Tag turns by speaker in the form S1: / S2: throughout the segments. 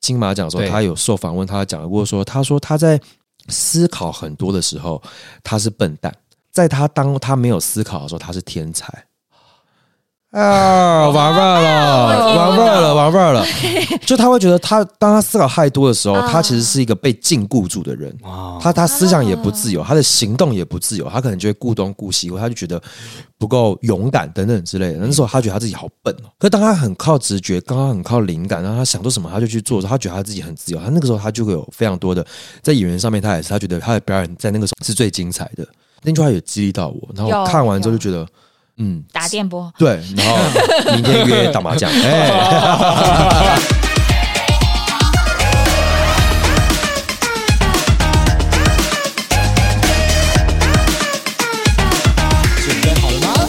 S1: 金马奖的时候，
S2: 对
S1: 他有受访问，他讲过说，他说他在思考很多的时候，他是笨蛋；在他当他没有思考的时候，他是天才。啊，玩味儿了，玩味儿了，玩味儿了。就他会觉得他，当他思考太多的时候，
S3: 啊
S1: 他其实是一个被禁锢住的人。
S2: 啊，
S1: 他他思想也不自
S3: 啊
S1: 由，他的行动也不自由，他可能就会顾东顾西，或他就觉得不够勇敢等等之类的。那时候他觉得他自己好笨哦，可是当他很靠直觉，刚刚很靠灵感，然后他想做什么他就去做，他觉得他自己很自由。他那个时候他就会有非常多的在演员上面，他也是他觉得他的表演在那个时候是最精彩的。那句话也激励到我，然后我
S3: 有
S1: 看完之后就觉得，嗯，
S3: 打电波，
S1: 对，然后明天约打麻将，哎，
S2: 准备好了吗？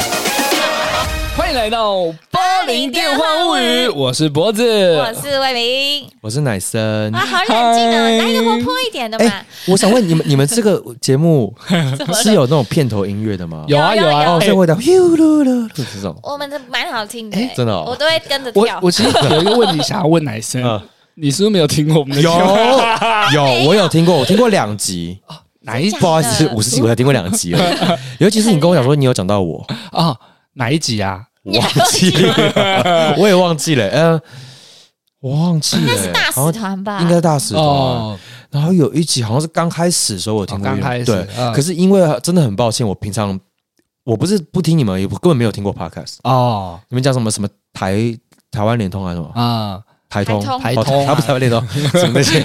S2: 欢迎来到《八零电话物语》，我是脖子，
S3: 我是魏明。
S1: 我是奶森。
S3: 啊，好冷静哦，来一个活泼一点的
S1: 哎、
S3: 嘛。
S1: 我想问你们，你们这个节 目
S3: 了
S1: 是有那种片头音乐的吗？
S2: 有啊
S3: 有
S2: 有啊，
S3: 有
S1: 哦，
S2: 哎
S1: 所以会讲咻噜噜噜这种。
S3: 我们的蛮好听的，哎
S1: 真的哦
S3: 我都会跟着
S2: 我
S3: 跳。
S2: 我其实有一个问题想要问奶生
S1: 嗯，
S2: 你是不是没有听过我们的
S1: 有
S2: 节目
S1: 有，我有听过，我听过两集，
S2: 哪一
S3: 哦真
S1: 不好意思，
S3: 假的
S1: 五十集我才听过两集 而已。尤其是你跟我讲说你有讲到我，
S2: 啊哪一集啊？
S1: 我忘记了， 我也忘记了，嗯，我忘记了，
S3: 那是大
S1: 好
S3: 啊使
S1: 像
S3: 团吧？
S1: 应该大使团。，然后有一集好像是哦刚开始的时候我听过一
S2: 哦
S1: 集，
S2: 刚开始
S1: 对，
S2: 嗯
S1: 可是因为真的很抱歉，我平常我不是不听你们，也不根本没有听过 podcast，
S2: 哦
S1: 你们讲什么什么台台湾联通还是什么
S2: 啊，
S1: 台通
S3: 台
S2: 台
S3: 通
S2: 通啊
S1: 他不是台湾联通，什么那 些，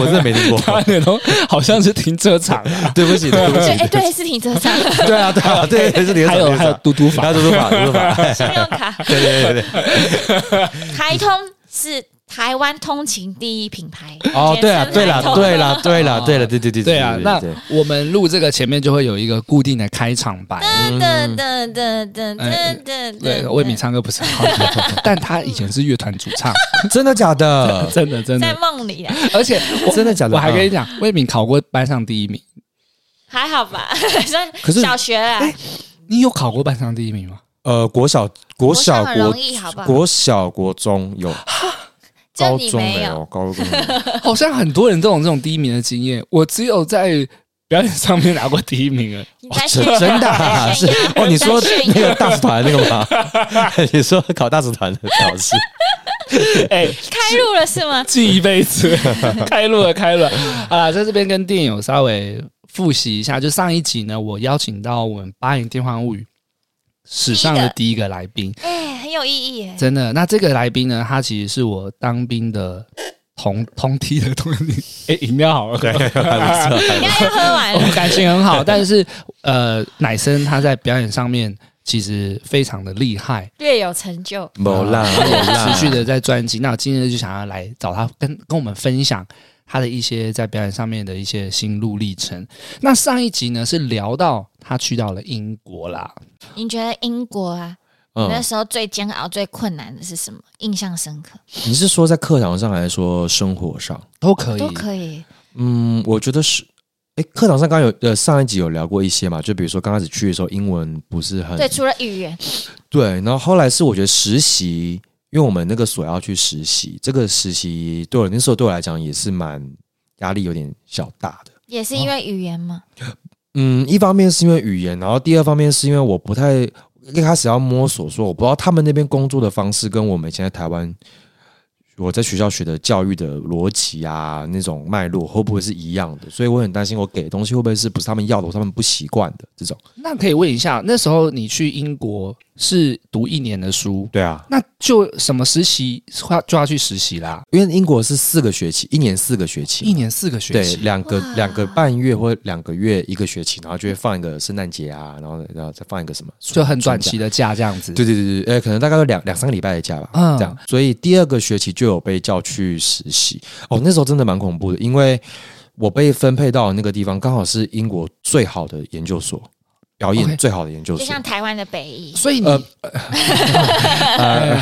S1: 我真的没听过。
S2: 他那都好像是停车场啊，
S1: 对不起，对不
S3: 对，
S1: 起，
S3: 哎，对，是停车场，
S1: 对啊，对啊，对，对是你的
S2: 还有还有嘟嘟法
S1: 还有嘟嘟法， 嘟嘟法，
S3: 信用卡。
S1: 对对对对对，
S3: 台通是台湾通勤第一品牌。
S1: 哦，对啊，
S3: 简称
S1: 对
S3: 台
S1: 啦，
S3: 通
S1: 对啦， 对啦，对了，对对对
S2: 对啊，那
S1: 对对
S2: 我们录这个前面就会有一个固定的开场白。
S3: 噔噔噔噔噔
S2: 哎
S1: 嗯
S3: 噔噔
S2: 对，
S3: 噔，
S2: 魏敏唱歌不是很好，但他以前是乐团主唱，
S1: 真的假 的？
S2: 真的真
S3: 在
S2: 的，
S3: 梦里啊，
S2: 呃而且我
S1: 真的假的
S2: 我还跟你讲，魏敏考过班上第一名，
S3: 还好吧？
S1: 可是
S3: 小学啊，
S2: 你有考过班上第一名吗？
S1: 呃，国小、国小、
S3: 很
S1: 国
S3: 容易，好不好？
S1: 国小、国中有，
S3: 就
S1: 高
S3: 你
S1: 中
S3: 没
S1: 没
S3: 有
S1: 有，，高中没有
S2: 好像很多人都有这种第一名的经验，我只有在表演上面拿过第一名而已。
S3: 你
S1: 哦
S3: 在炫
S1: 真
S3: 耀
S1: 真的啊
S3: 在
S1: 是
S3: 炫耀
S1: 哦？你说
S3: 在炫
S1: 那
S3: 耀
S1: 个大使团那个吗？ 你说考大使团的考 试？
S2: 哎、
S3: 开路了是吗？
S2: 记一辈 子，开路了，开路了啊！在这边跟电友稍微复习一下，就上一集呢，我邀请到我们《八零电话物语》史上的第一个来宾，
S3: 哎，很有意义耶。
S2: 真的。那这个来宾呢，他其实是我当兵的同同梯的同梯，哎、饮料好了。
S1: 对，还不错还不
S3: 你
S1: 错
S3: 看又喝 完
S2: 我
S3: 了，
S2: 们感情很好，但是呃，奶生他在表演上面其实非常的厉害，啊
S3: 略有成就。
S1: 没啦，没 啦，
S2: 持续的在专辑。那我今天就想要来找他跟跟我们分享他的一些在表演上面的一些心路历程。那上一集呢是聊到他去到了英国啦，
S3: 你觉得英国啊，你那
S1: 嗯，
S3: 时候最煎熬、最困难的是什么？印象深刻
S1: 你是说在课堂上还是说生活上？
S2: 都可以，
S3: 都可以。
S1: 嗯，我觉得是。哎，课堂上刚刚有呃上一集有聊过一些嘛，就比如说刚开始去的时候英文不是很
S3: 对，除了语言，
S1: 对然后后来是我觉得实习，因为我们那个所要去实习，这个实习对我那时候对我来讲也是蛮压力有点小大的。
S3: 也是因为语言嘛。
S1: 嗯，一方面是因为语言，然后第二方面是因为我不太一开始要摸索说，我不知道他们那边工作的方式跟我们以前在台湾我在学校学的教育的逻辑啊那种脉络会不会是一样的，所以我很担心我给的东西会不会是不是他们要的，或他们不习惯的这种。
S2: 那可以问一下，那时候你去英国是读一年的书，
S1: 对啊，
S2: 那就什么实习就要去实习啦，
S1: 因为英国是四个学期，一年四个学期嘛，
S2: 一年四个学
S1: 对
S2: 期，
S1: 两个
S3: 哇
S1: 两个半月或两个月一个学期，然后就会放一个圣诞节啊，然后然后再放一个什么，
S2: 就很短期的假这样子。
S1: 对对对对，呃，可能大概有两两三个礼拜的假吧，
S2: 嗯
S1: 这样。所以第二个学期就有被叫去实习，哦，那时候真的蛮恐怖的，因为我被分配到的那个地方刚好是英国最好的研究所，表
S2: OK
S1: 演最好的研究
S3: 就
S1: 所
S3: 像，台湾的 北艺，
S2: 所以你、
S1: 呃呃，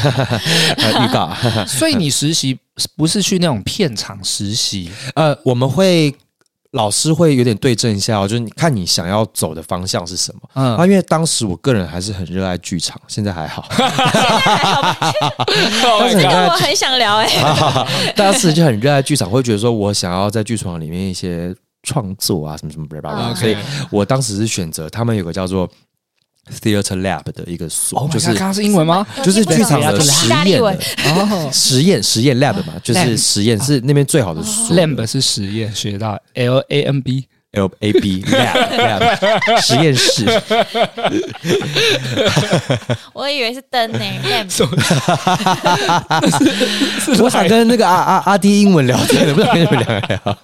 S1: 预告 啊，
S2: 所以你实习不是去那种片场实习
S1: 呃，我们会老师会有点对症一下哦，就是你看你想要走的方向是什么。
S2: 嗯
S1: 啊，因为当时我个人还是很热爱剧场，现在还好。但是
S2: ，Oh my
S3: 这
S1: 哦你
S3: 个
S1: 看啊
S3: 我很想聊哎、
S1: 当时就很热爱剧场，会觉得说我想要在剧场里面一些创作啊，什么什么巴拉巴拉。
S3: 嗯
S1: 所以我当时是选择他们有个叫做 Theater Lab 的一个所
S2: ，Oh God，
S1: 就是
S2: 刚刚是英文吗？
S1: 就是剧场
S2: 我
S1: 的
S2: 听不懂
S1: 实
S3: 意大利
S1: 验
S3: 文
S1: 的
S2: 哦
S1: 实验实验 lab 嘛，就
S2: Lab
S1: 是实验是那边最
S3: 哦
S1: 好的所。
S2: ，lamb 是实验学到 L A M B，
S1: L A B lab lab 实验室，
S3: 我以为是灯呢、 欸，
S1: 我想跟那个阿阿阿弟英文聊天，能不能跟你们两个聊？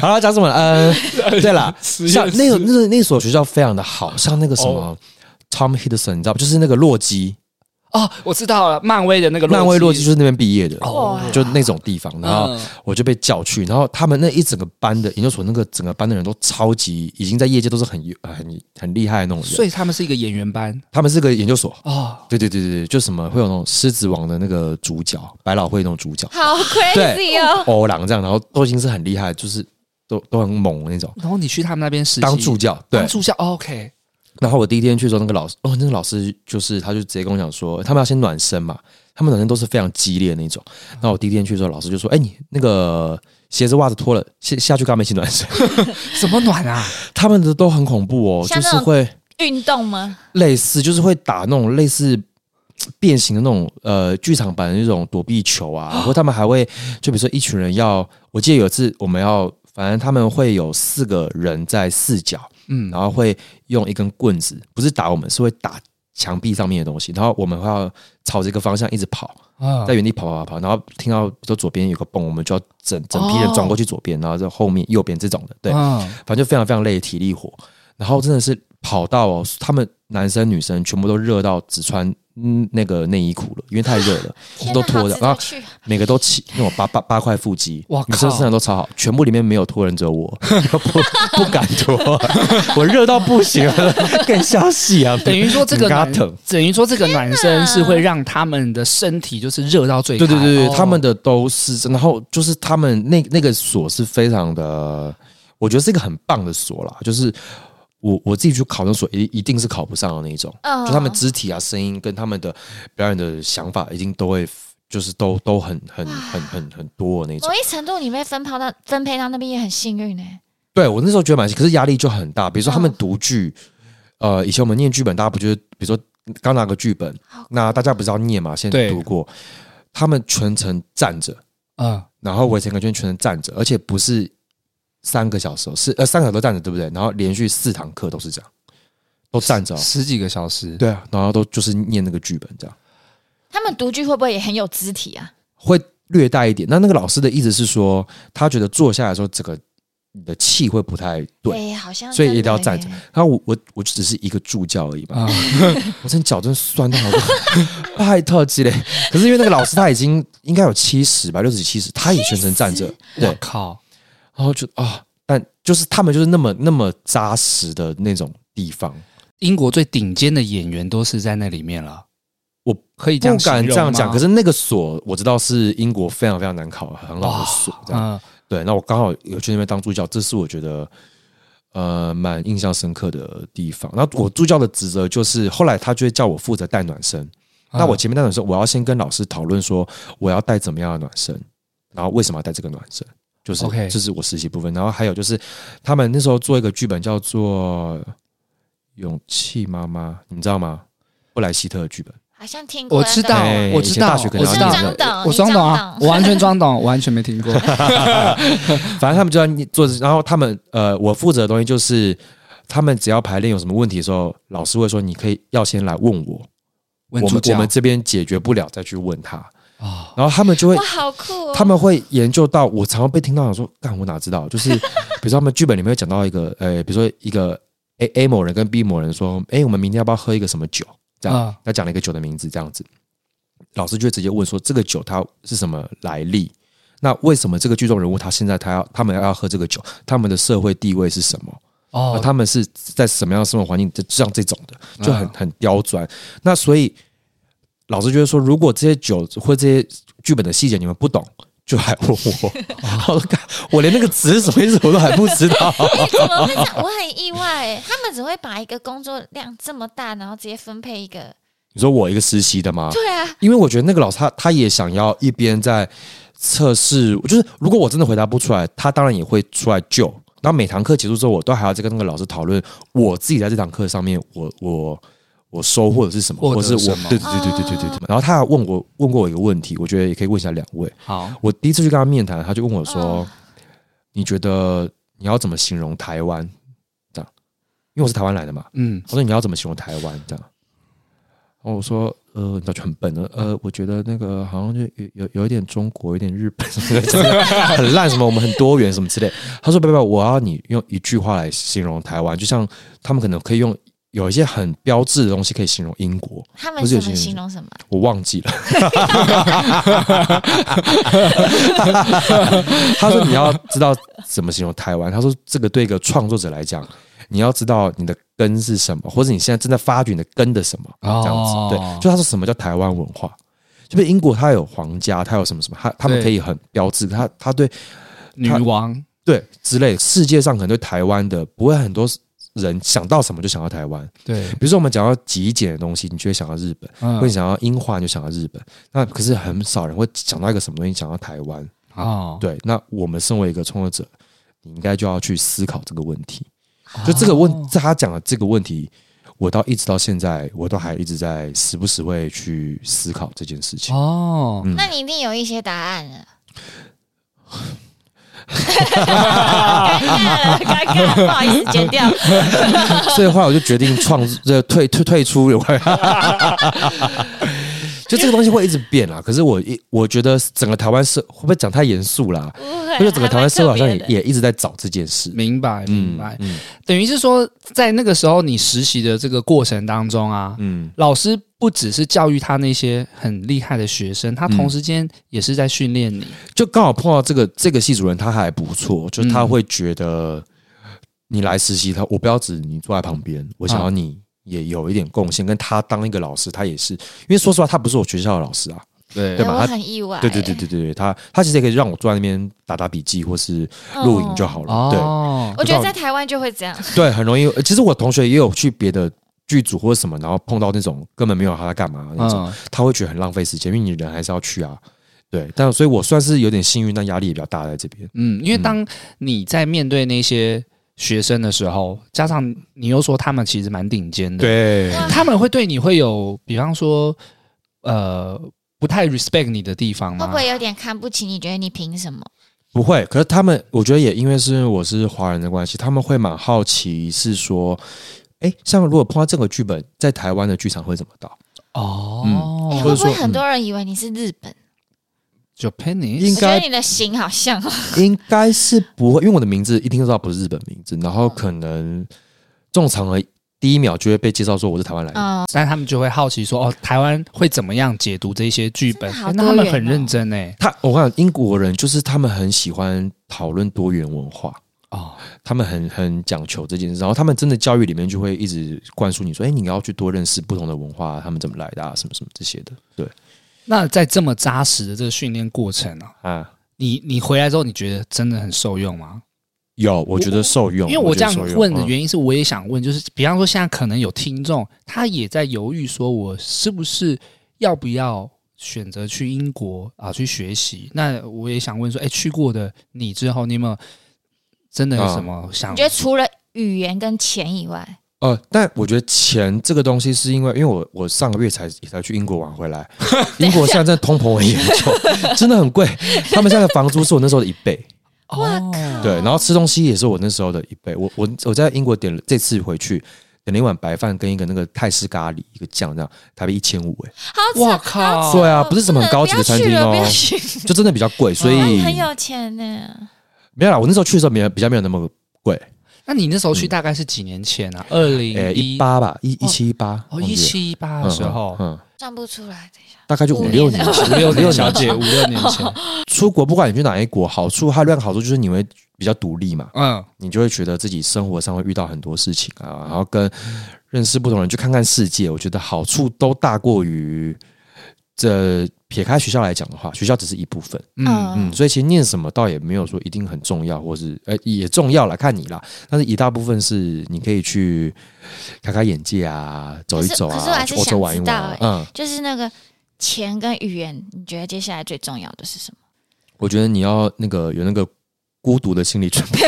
S1: 好了，讲什么了？呃，对了，
S2: 实
S1: 像
S2: 验室
S1: 那个那个那所学校非常的好，像那个什么
S2: 哦
S1: Tom Hiddleston，你知道吧？就是那个洛基，
S2: 哦，我知道了，漫威的那个
S1: 漫威洛基就是那边毕业的，
S3: 哇
S1: 就那种地方。然后
S2: 嗯
S1: 我就被叫去，然后他们那一整个班的研究所，那个整个班的人都超级已经在业界都是很很很厉害的那种
S2: 所
S1: 人。
S2: 以他们是一个演员班
S1: 他们是个研究所，
S2: 哦，
S1: 对对对对，对就什么会有那种狮子王的那个主角，百老汇那种主角，
S3: 好 crazy 哦！
S1: 欧郎这样，然后都已经是很厉害，就是都都很猛那种。
S2: 然后你去他们那边实习
S1: 当助教，对
S2: 当。助教哦，OK，
S1: 然后我第一天去的时候，那个老师，哦，那个老师就是，他就直接跟我讲说，他们要先暖身嘛，他们暖身都是非常激烈的那种。然后我第一天去的时候，老师就说，哎，你那个鞋子袜子脱了，下下去跟他们一起暖身。
S2: 怎么暖啊？
S1: 他们的都很恐怖哦，
S3: 像
S1: 就
S3: 那
S1: 是
S3: 种
S1: 会
S3: 运动吗？
S1: 类似，就是会打那种类似嘖变形的那种呃剧场版的那种躲避球啊，然后他们还会就比如说一群人要，我记得有一次我们要，反正他们会有四个人在四角，
S2: 嗯
S1: 然后会用一根棍子，不是打我们，是会打墙壁上面的东西，然后我们会要朝着一个方向一直跑，
S2: 啊
S1: 在原地跑跑跑跑，然后听到比如说左边有个泵，我们就要整整批
S2: 哦
S1: 人转过去左边，然后在后面右边这种的，对，
S2: 嗯
S1: 反正就非常非常累的体力活。然后真的是跑到哦，他们男生女生全部都热到只穿嗯那个内衣裤了，因为太热 了，
S3: 天
S1: 都
S3: 哪，
S1: 脱啊
S3: 好
S1: 的然
S3: 值，
S1: 后
S3: 得去！
S1: 每个都起那种八八八块腹肌，
S2: 哇
S1: 女生
S2: 靠
S1: 身材都超好，全部里面没有脱人，只有 我不不敢脱，我热到不行了，更消息啊，
S2: 等于说这个
S1: 嘎
S2: 暖
S1: 疼。，
S2: 等于说这个暖身是会让他们的身体就是热到最
S1: 对对对对，
S2: 开哦
S1: 他们的都是，然后就是他们那那个所是非常的，我觉得是一个很棒的所啦，就是我我自己去考那所一一定是考不上的那一种，
S3: 嗯
S1: 就他们肢体啊、声音跟他们的表演的想法，一定都会就是都都很很很很很多的那种
S3: 某。一程度，你被分配到分配到那边也很幸运呢、
S1: 对我那时候觉得蛮幸，可是压力就很大，比如说他们
S3: 嗯
S1: 读剧，呃，以前我们念剧本，大家不就是比如说刚拿个剧本
S3: 好，
S1: 那大家不是要念嘛，先
S2: 对
S1: 读过，他们全程站着。
S2: 嗯
S1: 然后围成一个圈全程站着，而且不是三个小时哦，是呃三个小时都站着，对不对？然后连续四堂课都是这样，都站着、哦。
S2: 十几个小时，
S1: 对啊，然后都就是念那个剧本这样，
S3: 他们独居会不会也很有肢体啊？
S1: 会略带一点。那那个老师的意思是说，他觉得坐下来的时候，整个你的气会不太对。
S3: 哎好像
S1: 所以
S3: 真的
S1: 一定要站着
S3: 耶
S1: 然后我我我只是一个助教而已嘛，
S2: 啊，
S1: 我真的脚真酸到好多， 太特级嘞。可是因为那个老师他已经应该有七十吧，六十几七十，他也全程站着，对
S2: 我，靠，
S1: 然后就啊，但就是他们就是那么那么扎实的那种地方，
S2: 英国最顶尖的演员都是在那里面了。
S1: 我
S2: 可以这
S1: 不
S2: 样
S1: 敢这样讲。可
S2: 是
S1: 是那个所我知道是英国非常非常难考、很老的所，这样、
S2: 嗯，
S1: 对。那我刚好有去那边当助教，这是我觉得呃蛮印象深刻的地方。然后我助教的职责就是后来他就会叫我负责带暖身，那
S2: 嗯
S1: 我前面带暖身，我要先跟老师讨论说我要带怎么样的暖身，然后为什么要带这个暖身，就是
S2: OK
S1: 这是我实习部分。然后还有就是他们那时候做一个剧本叫做《勇气妈妈》，你们知道吗？布莱希特的剧本，
S3: 好像听过，
S2: 我知道
S1: 哎，
S2: 我
S1: 以
S2: 知
S1: 前
S2: 道
S1: 大学，可
S2: 我
S1: 能
S2: 知
S1: 要
S2: 道
S1: 这样
S3: 讲，
S2: 我装懂啊，
S3: 你装懂
S2: 我完全装懂，我完全 没听过。
S1: 反正他们就在念做，然后他们呃，我负责的东西就是他们只要排练有什么问题的时候，老师会说你可以要先来问我，
S2: 问
S1: 我们
S2: 助
S1: 我
S2: 教
S1: 们这边解决不了再去问他，
S2: 啊，
S1: 然后他们就会
S3: 哇，好酷哦！
S1: 他们会研究到，我常常被听到讲说，干我哪知道？就是比如说他们剧本里面会讲到一个，呃，比如说一个 A A 某人跟 B 某人说，哎，我们明天要不要喝一个什么酒？这样，
S2: 啊
S1: 他讲了一个酒的名字，这样子，老师就会直接问说，这个酒它是什么来历？那为什么这个剧中人物他现在他要他们要喝这个酒？他们的社会地位是什么？
S2: 哦
S1: 啊，，他们是在什么样的生活环境？就像这种的，就很
S2: 嗯
S1: 很刁钻。那所以老师就会说，如果这些酒或这些剧本的细节你们不懂，就还问我， 我 都看我连那个词是什么意思我都还不知道。
S3: 怎么会这样？我很意外、欸，他们只会把一个工作量这么大，然后直接分配一个。
S1: 你说我一个实习的吗？
S3: 对啊，
S1: 因为我觉得那个老师他他也想要一边在测试，就是如果我真的回答不出来，他当然也会出来救。然后每堂课结束之后，我都还要再跟那个老师讨论我自己在这堂课上面我我我收获的是什么，
S2: 获
S1: 或
S2: 得
S1: 是我
S2: 什么
S1: 对对对对对对对。然后他还问我问过我一个问题，我觉得也可以问一下两位。
S2: 好，
S1: 我第一次去跟他面谈，他就问我说：“
S3: 哦
S1: 你觉得你要怎么形容台湾？”这样，因为我是台湾来的嘛，
S2: 嗯，
S1: 他说你要怎么形容台湾这样？然后我说呃，你知道就很笨的，呃，我觉得那个好像就有有有一点中国，有一点日本什么的，就是很烂什么，我们很多元什么之类。他说不不不，我要你用一句话来形容台湾，就像他们可能可以用有一些很标志的东西可以形容英国，
S3: 他们
S1: 不是
S3: 怎
S1: 有
S3: 么
S1: 些
S3: 形
S1: 人
S3: 容什么？
S1: 我忘记了。 他说：“你要知道怎么形容台湾。”他说：“这个对一个创作者来讲，你要知道你的根是什么，或者你现在正在发掘你的根的什么，这样子。
S2: 哦
S1: 对，就他说什么叫台湾文化，就是英国它有皇家，它有什么什么，他他们
S2: 对
S1: 可以很标志，他他对
S2: 女王
S1: 对之类，世界上可能对台湾的不会很多人想到什么就想到台湾。
S2: 对，
S1: 比如说我们讲到极简的东西，你就会想到日本。
S2: 嗯
S1: 会想到英化，你就想到日本。那可是很少人会想到一个什么东西，想到台湾。
S2: 哦，
S1: 对，那我们身为一个创作者，你应该就要去思考这个问题。
S2: 哦
S1: 就这个问，在他讲的这个问题，我到一直到现在，我都还一直在时不时会去思考这件事情。
S2: 哦，
S1: 嗯
S3: 那你一定有一些答案了。尴尬了，尴尬，不好意思，剪掉。
S1: 所以后来我就决定创，呃，退退退出有 关。就这个东西会一直变啦，可是我一我觉得整个台湾社会不会讲太严肃啦？
S3: 我
S1: 我觉得整个台湾社会好像也
S3: 也
S1: 也一直在找这件事。
S2: 明白明白，
S1: 嗯
S2: 等于是说，在那个时候你实习的这个过程当中啊，
S1: 嗯，
S2: 老师不只是教育他那些很厉害的学生，他
S1: 嗯
S2: 同时间也是在训练你。
S1: 就刚好碰到这个这个系主任，他还不错，就是他会觉得你来实习，他我不要只你坐在旁边，我想要你也有一点贡献，跟他当一个老师，他也是，因为说实话，他不是我学校的老师啊，
S2: 对
S1: 对吧
S3: 我
S1: 他
S3: 很意外。
S1: 对对对，对对，对他他其实也可以让我坐在那边打打笔记或是录影就。好了，
S2: 哦，
S3: 嗯我觉得在台湾就会这样，
S1: 对对，很容易。呃其实我同学也有去别的。剧组或者什么，然后碰到那种根本没有他在干嘛那种，
S2: 嗯，
S1: 他会觉得很浪费时间，因为你人还是要去啊，对。但所以我算是有点幸运，但压力也比较大在这边。
S2: 嗯，因为当你在面对那些学生的时候，加上你又说他们其实蛮顶尖的，，
S1: 对
S2: 他们会对你会有，比方说，呃，不太 respect 你的地方
S3: 会
S2: 吗？
S3: 不会有点看不起？你觉得你凭什么？
S1: 不会，可是他们，我觉得也因为是我是华人的关系，他们会蛮好奇，是说，哎，像如果碰到这个剧本，在台湾的剧场会怎么导？
S2: 哦
S3: 哎，
S1: 或
S3: 会
S1: 者
S3: 不
S1: 说
S3: 会很多人以为你是日本？
S1: 应
S2: ，Japanese，
S3: 我觉得
S1: 该
S3: 你的型好像哦
S1: 应该是不会，因为我的名字一听就知道不是日本名字，然后可能这种场合第一秒就会被介绍说我是台湾来的，
S3: 嗯，
S2: 但他们就会好奇说，哦，台湾会怎么样解读这些剧本？
S3: 真的好
S2: 哎那他们
S3: 多元
S2: 很
S3: 哦
S2: 认真哎，
S1: 他我看英国人就是他们很喜欢讨论多元文化，
S2: 哦，
S1: 他们很很讲求这件事，然后他们真的教育里面就会一直灌输你说，哎，你要去多认识不同的文化，他们怎么来的啊，什么什么这些的，对
S2: 那在这么扎实的这个训练过程啊，
S1: 啊。
S2: 你你回来之后，你觉得真的很受用吗？
S1: 有，我觉得受用。
S2: 因为我这样
S1: 觉得受用
S2: 问的
S1: 嗯
S2: 原因是，我也想问，就是比方说现在可能有听众，他也在犹豫，说我是不是要不要选择去英国啊去学习？那我也想问说，哎，去过的你之后，你有没有真的有
S1: 啊
S2: 什么想？
S3: 你觉得除了语言跟钱以外，
S1: 呃，但我觉得钱这个东西是因为，因为我我上个月才才去英国玩回来， 英国现在真的通膨很严重， 真的很贵。他们现在的房租是我那时候的一倍，
S3: 哇
S2: 哦
S3: 靠！
S1: 对，然后吃东西也是我那时候的一倍。我我我在英国点了这次回去点了一碗白饭跟一个那个泰式咖喱一个酱，这样台币一千五，哎，
S3: 好扯
S2: 哇靠！
S1: 对啊不是什么很高级的餐厅哦
S3: 哦不要去了不要去
S1: 就真的比较贵，所
S2: 哦
S3: 那你
S1: 以
S3: 很有钱呢。
S1: 没有啦。我那时候去的时候没有比较没有那么贵，
S2: 那你那时候去大概是几年前啊？二
S1: 呃，
S2: 零
S1: 嗯一
S2: 一
S1: 八吧，一一七一八，
S2: 哦
S1: 忘记
S2: 一
S1: 了
S2: 七一八
S1: 嗯
S2: 的时候，
S1: 嗯，嗯
S3: 算不出来，等一下。
S1: 大概就
S3: 五
S1: 五
S3: 年
S1: 六年前，
S2: 五六年小姐，五六年前，
S1: 出国不管你去哪一国，好处还有另一个好处就是你会比较独立嘛，
S2: 嗯。
S1: 你就会觉得自己生活上会遇到很多事情啊，然后跟认识不同人去看看世界，我觉得好处都大过于这撇开学校来讲的话，学校只是一部分，
S3: 哦
S2: 嗯，
S1: 嗯，所以其实念什么倒也没有说一定很重要，或是呃也重要啦，看你啦。但是一大部分是你可以去开开眼界啊，走一走
S3: 可是我
S1: 啊，
S3: 还
S1: 去
S3: 是
S1: 欧洲
S3: 想
S1: 玩一玩、
S3: 知道
S1: 啊
S3: 欸。
S1: 嗯，
S3: 就是那个钱跟语言，你觉得接下来最重要的是什么？
S1: 我觉得你要那个有那个孤独的心理准备，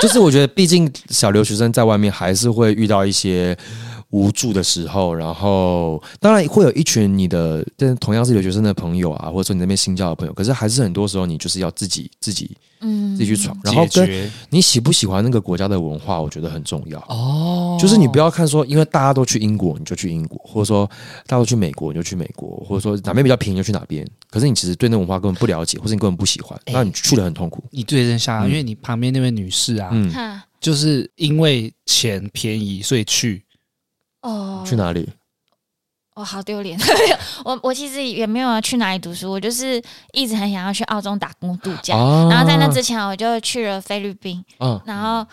S1: 就是我觉得毕竟小留学生在外面还是会遇到一些。无助的时候，然后当然会有一群你的，但同样是留学生的朋友啊，或者说你那边新交的朋友，可是还是很多时候你就是要自己自己
S3: 嗯
S1: 自己去闯，然后
S2: 解
S1: 跟
S2: 决
S1: 你喜不喜欢那个国家的文化，我觉得很重要。
S2: 哦，
S1: 就是你不要看说，因为大家都去英国，你就去英国，或者说大家都去美国，你就去美国，或者说哪边比较便宜就去哪边。可是你其实对那文化根本不了解，或是你根本不喜欢，
S2: 哎
S1: 那你去了很痛苦。
S2: 你对症下药，
S1: 嗯
S2: 因为你旁边那位女士啊，
S1: 嗯，
S3: 哈
S2: 就是因为钱便宜所以去，
S3: 哦，
S1: 嗯去？哪里？
S3: 我好丢脸。 我我其实也没有要去哪里读书，我就是一直很想要去澳洲打工度假。
S1: 啊
S3: 然后在那之前，我就去了菲律宾，
S1: 啊
S3: 然后。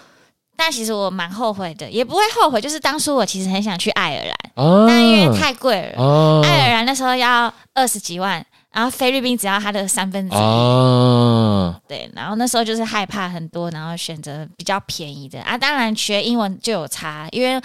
S3: 但其实我蛮后悔的，也不会后悔。就是当初我其实很想去爱尔兰，
S1: 啊
S3: 但因为太贵了，
S1: 啊
S3: 爱尔兰那时候要二十几万，然后菲律宾只要它的三分之一。
S1: 哦啊
S3: 对，然后那时候就是害怕很多，然后选择比较便宜的啊。当然学英文就有差，因为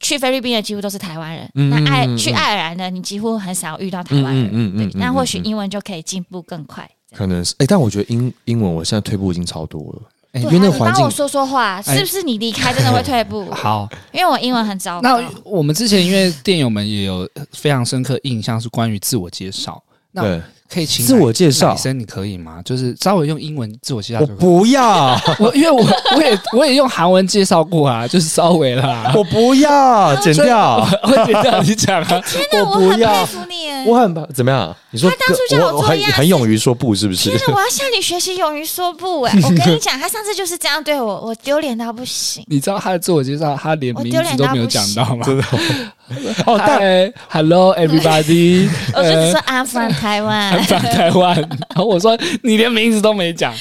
S3: 去菲律宾的几乎都是台湾人，
S1: 嗯
S3: 那爱
S1: 嗯嗯
S3: 去
S1: 嗯
S3: 爱尔兰的你几乎很少遇到台
S1: 嗯
S3: 湾人，
S1: 嗯嗯嗯
S3: 对，那或许
S1: 嗯嗯
S3: 英文就可以进步更快。这样
S1: 可能是哎、但我觉得英英文我现在退步已经超多了。
S2: 哎
S3: 对
S1: 因为那个
S3: 啊你
S1: 环
S3: 帮我
S1: 境
S3: 说说话，
S2: 哎
S3: 是不是你离开真的会退 步？
S2: 好，
S3: 因为我英文很糟糕
S2: 那。我们之前因为电友们也有非常深刻印象是关于自我介绍，那
S1: 对，
S2: 可以请
S1: 自我介
S2: 奶
S1: 绍
S2: 奶，生你可以吗？就是稍微用英文自我介绍
S1: 我
S2: 就可以。
S1: 不要，
S2: 我 因为我我也我也用韩文介绍过啊， 就是稍微 啦，
S1: 我不要，剪掉。
S2: 我会觉得你讲啊，
S3: 天哪，
S1: 我
S3: 我
S1: 不
S3: 很
S1: 要
S3: 佩服你耶！
S1: 我很怎么样？你说
S3: 他当初叫我
S1: 我
S3: 做
S1: 很
S3: 鸭子
S1: 很勇于说不，是不是
S3: 天？哪，我要向你学习勇于说不 哎！我跟你讲，他上次就是这样对我，我丢脸到不行。
S2: 你知道他的自我介绍，他连
S3: 我
S2: 名
S3: 丢脸
S2: 字都
S3: 到
S2: 没有
S3: 不
S2: 讲
S3: 行
S2: 到吗？真的
S1: 哦，但
S2: 嗨，Hello everybody，
S3: 我就只说 I'm from 台湾。
S2: 反台湾，然后我说你连名字都没讲，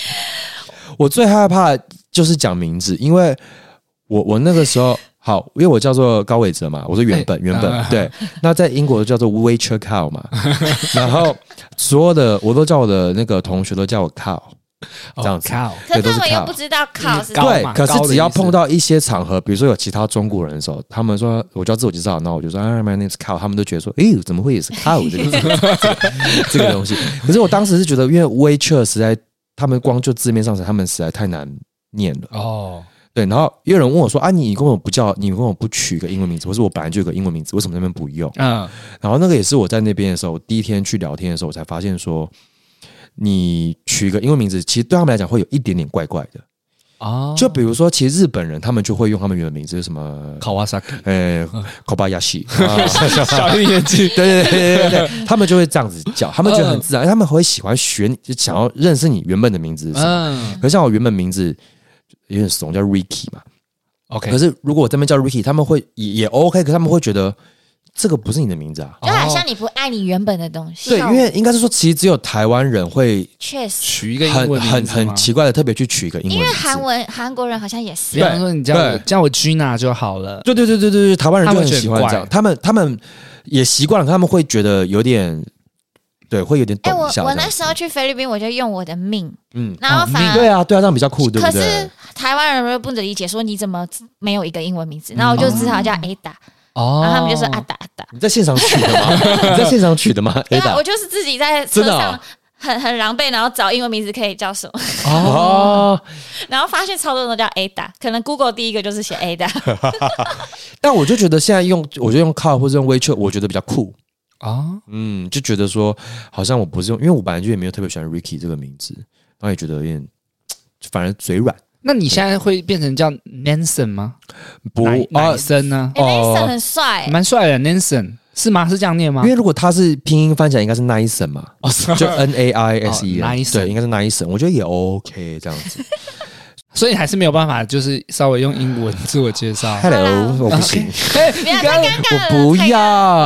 S1: 我最害怕就是讲名字，因为我我那个时 候好，因为我叫做高伟哲嘛，我说原本、原本、
S2: 啊
S1: 对，那在英国叫做 Waiter Cow 嘛，然后所有的我都叫我的那个同学都叫我 Cow，这样子
S2: 哦靠
S3: 可
S1: 对都
S3: 他
S1: 是
S3: 们又
S1: cow
S3: 不知道考是
S2: 高
S1: 对
S2: 嘛，
S1: 可是
S2: 高的
S1: 只要
S2: 意思
S1: 碰到一些场合，比如说有其他中国人的时候，他们说我就要自我介绍，然后我就说啊，my name is Cow，他们都觉得说，哎，怎么会也是 Cow 这个这个 东西？可是我当时是觉得，因为 Waiter 实在，他们光就字面上是他们实在太难念了。
S2: 哦，
S1: 对，然后也有人问我说：“啊，你跟我不叫，你跟我不取一个英文名字，或是我本来就有个英文名字，为什么那边不用
S2: 嗯，？”
S1: 然后那个也是我在那边的时候，我第一天去聊天的时候，我才发现说，你取一个英文名字，其实对他们来讲会有一点点怪怪的。
S2: 哦，
S1: 就比如说，其实日本人他们就会用他们原名字，就是什么
S2: Kawasaki
S1: 呃 Kobayashi，啊
S2: 小 一眼睛，
S1: 对对对对对对，他们就会这样子叫，他们觉得很自然，他们会喜欢学你，就想要认识你原本的名字是什么。
S2: 嗯
S1: 可是像我原本名字有点怂，叫 Ricky 嘛。
S2: ，OK，
S1: 可是如果我这边叫 Ricky，他们会也也 OK，可他们会觉得这个不是你的名字啊。
S3: 就好像你不爱你原本的东西。
S1: 对，因为应该是说，其实只有台湾人会
S3: 确实，
S2: 取一个英
S1: 很
S2: 文名
S1: 很
S2: 字吗
S1: 很奇怪的特别去取一个英文
S3: 因
S1: 名
S3: 为
S1: 字。
S3: 韩文韩国人好像也
S2: 比
S3: 是
S1: 对
S2: 方说你叫我
S1: 对
S2: 叫我 Gina 就好了，
S1: 对对对对对对，台湾人就很喜欢这样，
S2: 他
S1: 他们他们也习惯了，他们会觉得有点对，会有点
S3: 哎、
S1: 懂一
S3: 我
S1: 下这样。
S3: 我那时候去菲律宾，我就用我的命，
S1: 嗯，
S3: 然后
S2: 哦
S3: 反
S2: 命
S3: 而、
S1: 对啊对啊，这样比较酷，对不
S3: 可
S1: 对
S3: 是？台湾人又不能理解，说你怎么没有一个英文名
S1: 嗯
S3: 字？然后我就只好叫 Ada，、
S2: 哦，
S3: 然后他们就说阿达阿达。
S1: 你在现场取的 吗？你在现场取的吗
S3: 对啊，我
S1: ？Ada
S3: 就是自己在车
S1: 真的
S3: 上
S1: 哦
S3: 很很狼狈，然后找英文名字可以叫什么，
S1: 哦，
S3: 然后发现超多人都叫 Ada，可能 Google 第一个就是写 Ada。
S1: 但我就觉得现在用，我就用 Call 或者用 WeChat，我觉得比较酷。
S2: 哦，
S1: 嗯，就觉得说好像我不是用，因为我本来就也没有特别喜欢 Ricky 这个名字，然后也觉得有点，反而嘴软。
S2: 那你现在会变成叫 Nansen 吗？
S1: 不
S2: 奶
S1: 啊
S2: 奶，森呢？
S3: 哎、那医生
S1: 哦
S3: 很帅、
S2: 蛮帅的 Nansen 是吗？是这样念吗
S1: 因？为如果他是拼音翻起来应该是 Nison 嘛，
S2: 哦，是
S1: 就 N A I S E，
S2: 哦
S1: 啊
S2: ，Nison
S1: 对，应该是 Nison，我觉得也 OK 这样 子。
S2: 所以还是没有办法，就是稍微用英文自我 介绍。
S1: Hello，我不行，
S2: 哎，
S3: 不要
S2: 你刚
S3: 太尴尬
S1: 我
S3: 了，